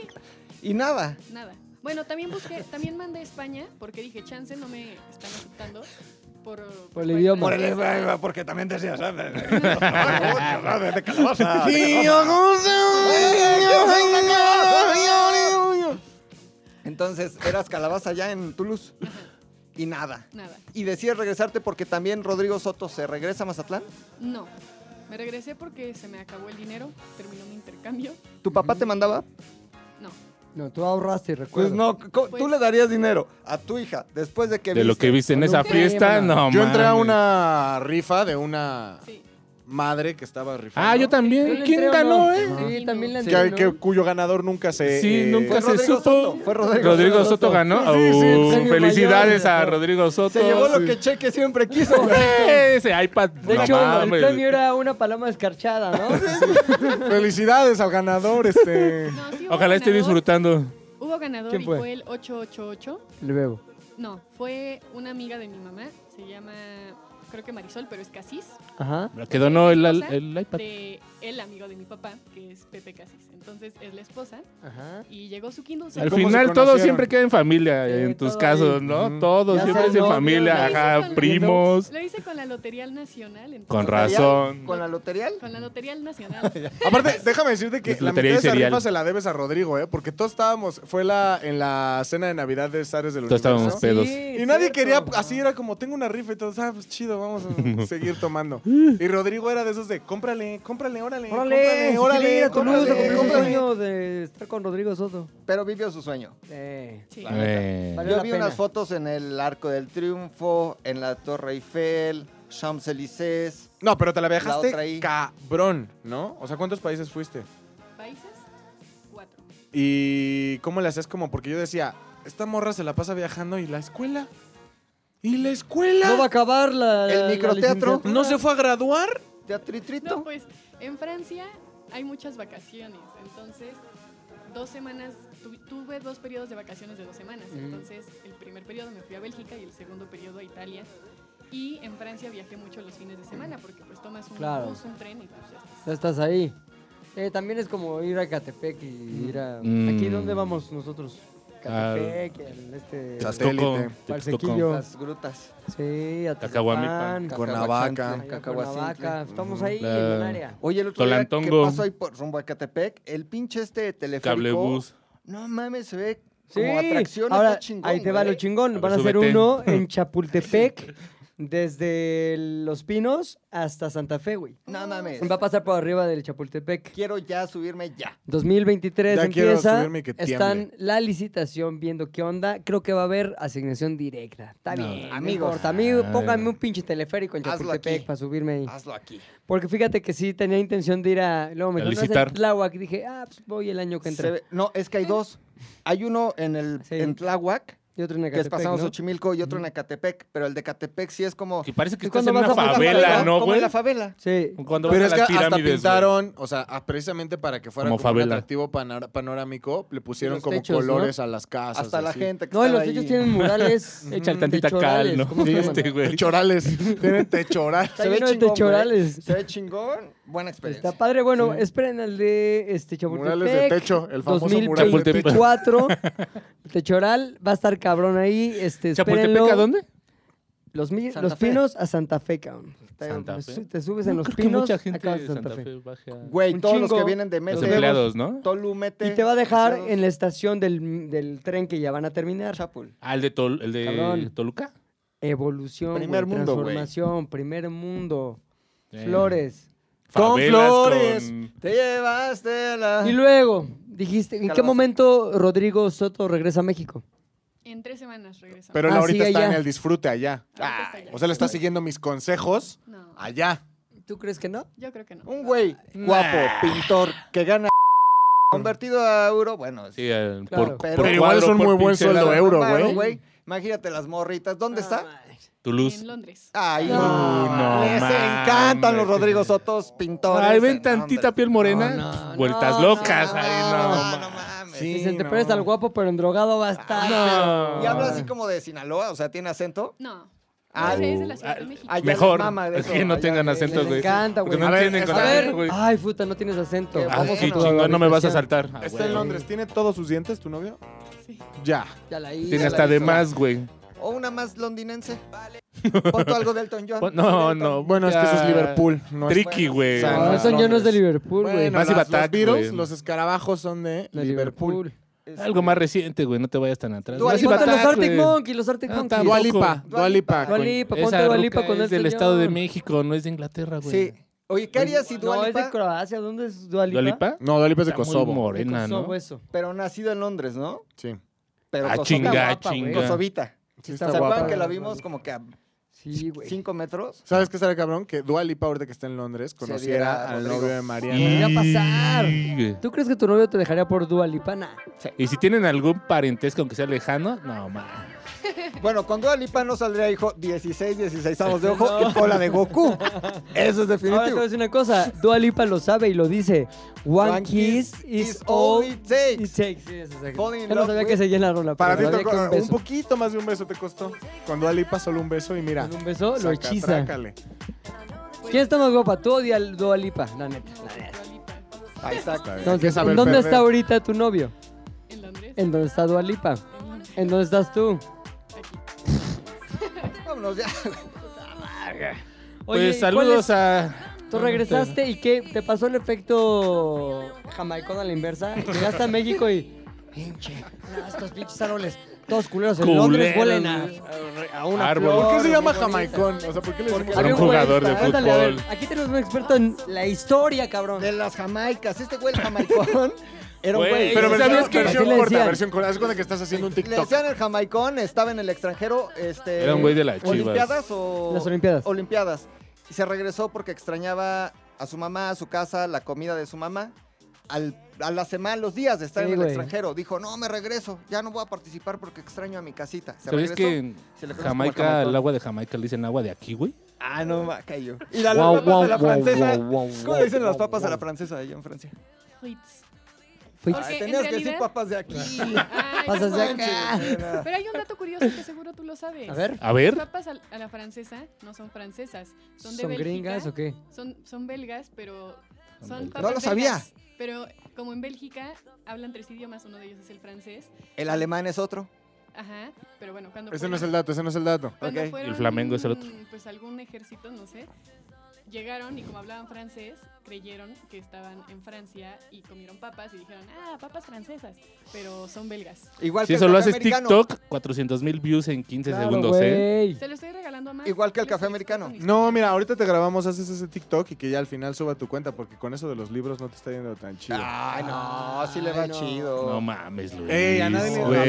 Y nada.
nada. Bueno, también busqué, también mandé a España, porque dije, chance no me están aceptando. Por,
el idioma. Por
Porque también decías, Entonces, eras calabaza ya en Toulouse. Y nada.
Nada.
Y decías regresarte porque también Rodrigo Soto se regresa a Mazatlán.
No. Me regresé porque se me acabó el dinero, terminó mi intercambio.
¿Tu papá te mandaba?
No.
No, tú ahorraste, recuerdo.
Pues no, co- tú
Pues-
le darías dinero a tu hija después de que
De lo que viste en esa
Sí,
fiesta,
mamá.
no
Yo entré a
mames.
una rifa de una
Sí.
madre que estaba rifando.
Ah, yo
Yo
también.
le
¿Quién
entré o
ganó,
no.
eh?
Sí, también le
Que-
entré, ¿no?
que- cuyo ganador nunca se.
Sí,
eh,
nunca
fue
se
Rodrigo
supo.
Soto, fue Rodrigo
Rodrigo
Soto.
Soto ganó.
Sí, sí, sí,
Uh,
premio
felicidades
mayor.
a Rodrigo Soto.
se llevó
Sí.
lo que Cheque siempre quiso.
Ese iPad.
De
no
hecho,
mames.
el premio era una paloma escarchada, ¿no?
Felicidades al ganador, este.
No, sí hubo
Ojalá esté
ganador.
disfrutando.
Hubo ganador
¿Quién
y
fue?
fue el 888.
Le bebo.
No, fue una amiga de mi mamá. Se llama, creo que Marisol, pero es Casis.
Ajá.
La que donó el,
esposa
el iPad.
De el amigo de mi papá, que es Pepe Casis. Entonces es la esposa
Ajá.
y llegó su Kindle.
Al
¿Cómo se
final todo
conocieron?
siempre queda en familia,
Sí,
en tus
todo
casos,
ahí.
¿no?
Ujú.
Todo
Ya
siempre
sea
es en
novio,
familia,
novio,
ajá,
novio.
primos,
Lo hice con la Lotería Nacional. entonces-
con razón.
¿Con la lotería?
Con la Lotería Nacional.
Aparte, déjame decirte que
Es
la mitad
lotería
de
y
esa
cereal.
rifa se la debes a Rodrigo, ¿eh? Porque todos estábamos. Fue la, en la cena de Navidad de Zares del
Todos estábamos
Universo.
pedos.
Y nadie quería, así era como, tengo una rifa y todos, ah, pues chido, vamos a seguir tomando. Y Rodrigo era de esos de, cómprale, cómprale, órale,
Órale,
cómprale, órale,
a Toulouse a cumplir
cómprale,
su
cómprale".
sueño de estar con Rodrigo Soto.
Pero vivió su sueño.
Eh.
Sí.
Eh,
Vale.
Yo
la
vi
pena.
unas fotos en el Arco del Triunfo, en la Torre Eiffel, Champs-Élysées.
No, pero te la
La
viajaste
otra ahí.
cabrón, ¿no? O sea, ¿cuántos países fuiste?
Países, cuatro.
¿Y cómo le haces como? Porque yo decía, esta morra se la pasa viajando y la escuela. ¿Y la escuela?
No va a acabar la.
El
la
microteatro.
licenciatura.
¿No se fue a graduar?
Teatritrito.
No, pues en Francia hay muchas vacaciones, entonces dos semanas, tu- tuve dos periodos de vacaciones de dos semanas, entonces el primer periodo me fui a Bélgica y el segundo periodo a Italia. Y en Francia viajé mucho los fines de semana porque pues tomas un
Claro.
bus, un tren y pues ya estás.
Ya estás ahí. Eh, también es como ir a Catepec y ir a.
Mm.
¿Aquí dónde vamos nosotros?
Ah.
Catepec, al este.
Chas-
Texcoco,
Satélite.
Texcoco.
Palsequillo.
Las grutas.
Sí, a
Cacahuamipan.
Tizapán,
Cuernavaca.
Cacahuacintle,
Cacahuacintle.
Cuernavaca. Estamos ahí
La-
en un área.
Oye, el otro día que
Tolantongo.
pasó ahí por rumbo a Catepec, el pinche este teleférico.
Cablebus.
No mames, se ve
Sí.
como atracción.
Ahora,
está chingón,
ahí te va
güey.
lo chingón.
A ver,
Van a hacer
súbete.
uno en Chapultepec, desde Los Pinos hasta Santa Fe, güey.
No mames.
Va a pasar por arriba del Chapultepec.
Quiero ya subirme ya.
2023
Ya quiero
empieza.
subirme y que tiemble.
Están la licitación viendo qué onda. Creo que va a haber asignación directa. Está
No,
bien.
amigos.
Amigo, amigo,
Ah.
pónganme un pinche teleférico en
Hazlo
Chapultepec
aquí. Ah.
para subirme ahí.
Hazlo aquí.
Porque fíjate que sí tenía intención de ir a. Luego me
A
encontré
licitar.
en Tláhuac. Dije, ah, pues voy el año que
Se
entra.
ve- no, es que hay dos. Hay uno en el
Sí.
en Tláhuac,
Y otro en
que es
Ecatepec,
pasamos
¿no?
Xochimilco, y otro en Ecatepec. Pero el de Ecatepec sí es como.
Que parece que
¿Y
estás
cuándo
en una
vas a
como en la
favela, ¿no,
como en
güey?
la favela.
Sí.
Cuando
Pero
vas
es
a
que
las
hasta
pirámides, güey.
pintaron, o sea, ah, precisamente para que fuera
Como
como, un
favela.
atractivo panor- panorámico, le pusieron
los
como
techos,
colores a las casas.
Hasta la
así.
gente que
No, y
estaba
los
ahí.
hechos tienen murales.
Echan tantita cal,
techorales,
¿no?
¿cómo se
Sí,
llaman?
este, güey.
Techorales. Tienen techorales.
Está
Se ve
lleno de
chingón, güey.
techorales.
Se ve chingón. Buena
Pues,
experiencia.
Pues Está padre. Bueno, esperen al de este Chapultepec.
Murales de techo, el famoso mural de techo.
2024. El Techoral va a estar cabrón ahí. Este, espérenlo.
¿Chapultepec a dónde?
Los, mi-
Santa
los
Fe.
pinos a Santa Fe, cabrón. Está-
Santa Fe.
Te subes en
No
los
creo que
pinos,
mucha gente
acabas
de
en Santa, Fe.
baje a-
Güey,
Un
todos los que
chingo.
vienen de
Los
Mete.
empleados, ¿no?
Tolu Mete.
Y te va a dejar
Mete,
en la estación del, del tren que ya van a terminar.
Chapul.
Ah, el de, Tol- el de
Cabrón.
Toluca.
Evolución,
Primer
güey,
mundo, güey.
transformación, primer mundo,
Eh,
flores.
Con
favelas,
flores.
con-
Te llevaste la.
Y luego, dijiste, ¿en qué
Calabaza.
momento Rodrigo Soto regresa a México?
En tres semanas regresamos.
Pero él
Ah,
ahorita
sí,
está en
allá.
el disfrute allá. Ah,
Ahorita está allá.
O sea, le está siguiendo mis consejos
No,
allá.
¿Tú crees que no?
yo creo que no.
Un güey guapo, pintor, que gana. Convertido a euro, bueno.
Sí, el-
Claro.
por,
Pero
por
igual
cuadro,
es un
por
muy buen
pincelada.
sueldo, eh. euro,
Claro,
güey.
Imagínate las morritas. ¿Dónde está?
Toulouse.
En Londres.
Ay,
Ah. No,
no
Les
mames.
encantan los Rodrigo Sotos pintores.
Ay, ven
en
tantita
Londres.
piel morena.
No, no,
Vueltas
no,
locas.
no,
ahí,
No,
no,
Ah, no mames.
Sí.
Dicen, te
no.
pareces al guapo, pero en drogado va a estar.
No.
Y habla así como de Sinaloa, o sea, tiene acento.
No.
Ah,
Ah, es de la Ciudad
ah,
de México.
allá
Mejor.
les mama de eso,
que no
allá
tengan
les-
acentos,
les
güey.
entienden,
Porque
güey.
no
A ver,
entienden con
a
la
ver,
gente, güey.
Ay, puta, no tienes acento.
Qué
Ah,
vamos
sí,
a la
chingón, no me vas a saltar. Ah,
Está
güey.
en Londres. ¿Tiene todos sus dientes tu novio?
Sí.
Ya.
Ya la hice.
Tiene
la
hasta de
hizo.
más, güey.
O una más londinense. Vale. Ponte algo de Elton John.
Pon- No,
Elton.
no.
Bueno, es que eso es
ya.
Liverpool. No es-
Tricky, güey.
Ah,
No,
no,
eso
no,
yo no
no.
es de Liverpool, güey.
Bueno,
Más
las-
Ibatak,
los virus,
güey.
los escarabajos son de
De
Liverpool.
Este,
Algo más reciente, güey. No te vayas tan atrás.
Dua
Más
Ponte
Lipa.
Ibatak,
los Arctic
güey.
Monkeys, los Arctic
Ah,
Monkeys.
tampoco.
Dualipa,
Dua Lipa.
Dualipa.
Dua Lipa, ponte
Esa
Dua Lipa
ruca
con
es
el
del
señor.
Estado de México, no es de Inglaterra, güey.
Sí. Oye, ¿qué harías si Dua
No, es de
Lipa-
Croacia. ¿Dónde es Dualipa?
¿Dualipa?
No, Dolipa es de
Está muy
Kosovo.
morena, ¿no?
Eso.
Pero nacido en Londres, ¿no?
Sí.
Pero
Ah,
Kosovo-
chinga,
guapa, güey.
chinga.
Kosovita.
Sí,
está
¿Se
guapa,
acuerdan
guapa.
que la
güey.
vimos como que a
Sí, güey.
5 metros?
¿Sabes qué estaría cabrón? Que Dua Lipa, ahorita que está en Londres, conociera
diera
al
Rodrigo.
novio de Mariana.
Podría
Y-
pasar.
güey.
¿Tú crees que tu novio te dejaría por Dualipa? Nah.
Y si tienen algún parentesco, aunque sea lejano, no, man.
Bueno, con Dua Lipa no saldría, hijo, 16, 16 avos de ojo y cola de Goku. Eso es
Ahora te voy
definitivo.
a decir una cosa. Dualipa lo sabe y lo dice. One, kiss, is all
it
it
takes.
takes. Sí, es exacto.
Fall in
Yo no
love
sabía
with-
que se llena la rola.
Para ti,
pero
te
sabía que
co-
un
un,
beso.
poquito más de un beso te costó. Con Dua Lipa, solo un beso y mira.
Con un beso lo
saca,
hechiza.
trácale.
¿Quién está más guapa? Tú o Dia- Dua Lipa, la neta. la neta.
Dua Lipa,
Ahí está.
Hay que
Entonces,
saber
¿en dónde
perder.
está ahorita tu novio?
en Londres.
¿En dónde está Dualipa?
en Londres,
¿En dónde estás tú?
aquí.
Vámonos ya.
Oye,
Pues
¿y cuál
saludos
es-
a.
Tú regresaste y ¿qué? ¿Te pasó el efecto jamaicón a la inversa? Llegaste a México y... Pinche, no, estos pinches árboles, todos culeros en Londres
Culeros,
huelen a, a una
Árbol.
flor,
¿Por qué se
muy
llama
bonita.
jamaicón? O sea, ¿por qué le
Para
decimos
un
Había güey,
jugador de
ándale, a ver,
fútbol.
Aquí tenemos un experto en la historia, cabrón.
De las jamaicas. Este güey, el jamaicón, era un güey.
Pero
¿Sabías
versión,
que-
versión
Así le
corta,
decían.
versión corta. Haz de cuenta que estás haciendo un
Le
TikTok.
decían el jamaicón, estaba en el extranjero. Este,
Era un güey de las Chivas.
¿Olimpiadas o...?
Las Olimpiadas.
Olimpiadas. Y se regresó porque extrañaba a su mamá, a su casa, la comida de su mamá. Al- a la semana, los días de estar
Sí,
en el
güey.
extranjero. Dijo, no, me regreso. Ya no voy a participar porque extraño a mi casita. Se
¿Sabes
regresó.
que en
Se le conoce como
Jamaica,
jamaicón.
el agua de Jamaica le dicen agua de aquí, güey?
Ah, no, ma, cayó. Y la- las
Guau,
papas
guau,
a la
guau,
francesa.
guau, guau,
¿Cómo
guau,
dicen las
guau,
papas a la
guau.
francesa allá en Francia?
Fuits.
Fui-
Porque
Ay,
en
tenías que decir
realidad-
papas de aquí.
Ay,
Pasas
no
de
manches.
acá.
Era-
Pero hay un dato curioso que seguro tú lo sabes.
A ver,
A
Las
ver.
papas al- a la francesa no son francesas, son
¿son,
de Bélgica.
gringas o qué?
Son, son belgas, pero son
belgas.
papas
No lo sabía.
belgas. Pero como en Bélgica hablan tres idiomas, uno de ellos es el francés.
El alemán es otro.
Ajá, pero bueno, cuando
Ese
fueron-
no es el dato, ese no es el dato.
cuando
ok. Y el
fueron,
flamenco es el otro.
Pues algún ejército, no sé. Llegaron y como hablaban francés, creyeron que estaban en Francia y comieron papas y dijeron, ah, papas francesas, pero son belgas.
Igual
Si
que
eso
el
lo
café
haces
americano.
TikTok, 400 mil views en 15
Claro,
segundos, ¿eh?
güey.
Se lo estoy regalando a más.
Igual que el
Les
café
estoy
americano.
contando mi
No,
historia.
mira, ahorita te grabamos, haces ese TikTok y que ya al final suba tu cuenta, porque con eso de los libros no te está yendo tan chido.
Ah,
Ay, no, sí le va
Ay, no.
chido.
No mames, Luis.
Ey, a nadie le-
Güey,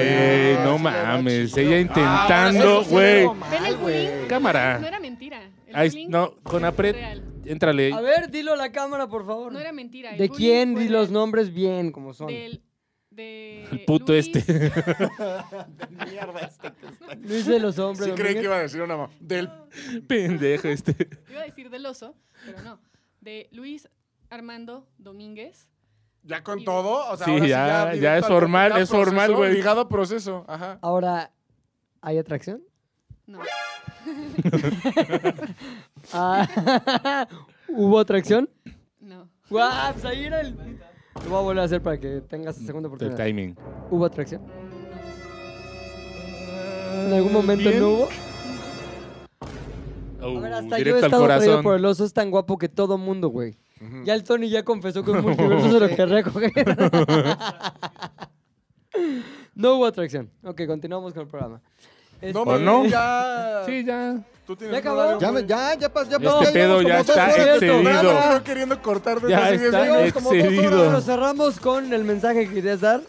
Ah,
no
sí le da
mames.
chido.
Ella intentando,
Ah, sí
güey.
estuvo mal,
Ven el
güey.
bullying. No
Cámara.
era mentira. El
Ahí-
bullying
no, con
fue
apret.
real.
Éntrale.
A ver, dilo a la cámara, por favor.
No era mentira. el
¿De
bullying
quién?
fue
Di los
real.
nombres bien, como son.
Del, de
El puto
Luis,
este.
Luis de los hombres.
Sí creí que
Domínguez.
iba a decir una mamá. Del...
Pendejo este.
Iba a decir del oso, pero no. De Luis Armando Domínguez.
¿Ya con todo? O sea,
Sí,
ahora
ya, ya
directo
es
al-
formal,
ya
es formal,
proceso,
güey.
Ligado a proceso, ajá.
Ahora, ¿hay atracción?
No.
Ah, ¿Hubo atracción?
No.
¡Guau! Pues ahí era el. Lo voy a volver a hacer para que tengas segunda
El
oportunidad.
timing.
¿Hubo atracción? ¿En algún momento
Bien.
no hubo?
Oh,
A ver, hasta yo he
directo al
estado atraído por
corazón.
el oso, es tan guapo que todo mundo, güey. Ya el Tony ya confesó que un multiverso se lo querría coger. no hubo atracción. Ok, continuamos con el programa. Este-
¿O
Pues no?
Ya...
Sí, ya.
Tú
¿Ya
tienes un
acabó?
horario
Ya,
muy-
ya, ya pasó. Ya
Este
pasó, ya
pedo
llevamos
ya
como dos
está
horas de
excedido.
programa.
Estamos no queriendo cortar desde
Ya
hace diez
está
minutos.
Como dos horas
excedido.
nos cerramos con el mensaje que querías dar.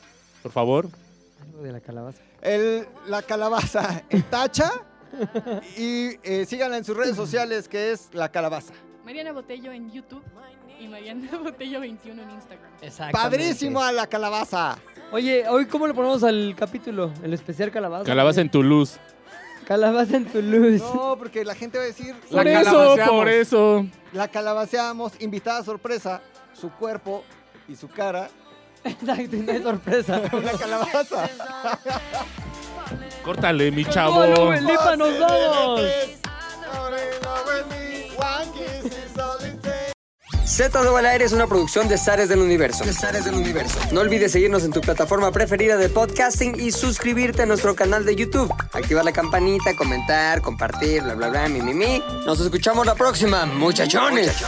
Por favor.
Algo de la calabaza.
El, la calabaza, el tacha. Y eh, síganla en sus redes sociales, que es la calabaza.
Mariana Botello en YouTube y Mariana Botello 21 en Instagram.
Padrísimo a la calabaza.
Oye, hoy cómo le ponemos al capítulo, el especial calabaza.
Calabaza en Toulouse.
Calabaza en Toulouse.
No, porque la gente va a decir,
La
Por eso,
calabaceamos.
por eso.
la calabaceamos, invitada sorpresa, su cuerpo y su cara.
Exacto, no hay sorpresa.
La calabaza.
Córtale, mi
Con todo
chavo.
el Uber Lipa, nos vamos.
Z2 al aire es una producción de Zares del Universo. del Universo. No olvides seguirnos en tu plataforma preferida de podcasting y suscribirte a nuestro canal de YouTube. Activar la campanita, comentar, compartir, bla, bla, bla, mi, mi, mi. Nos escuchamos la próxima, muchachones.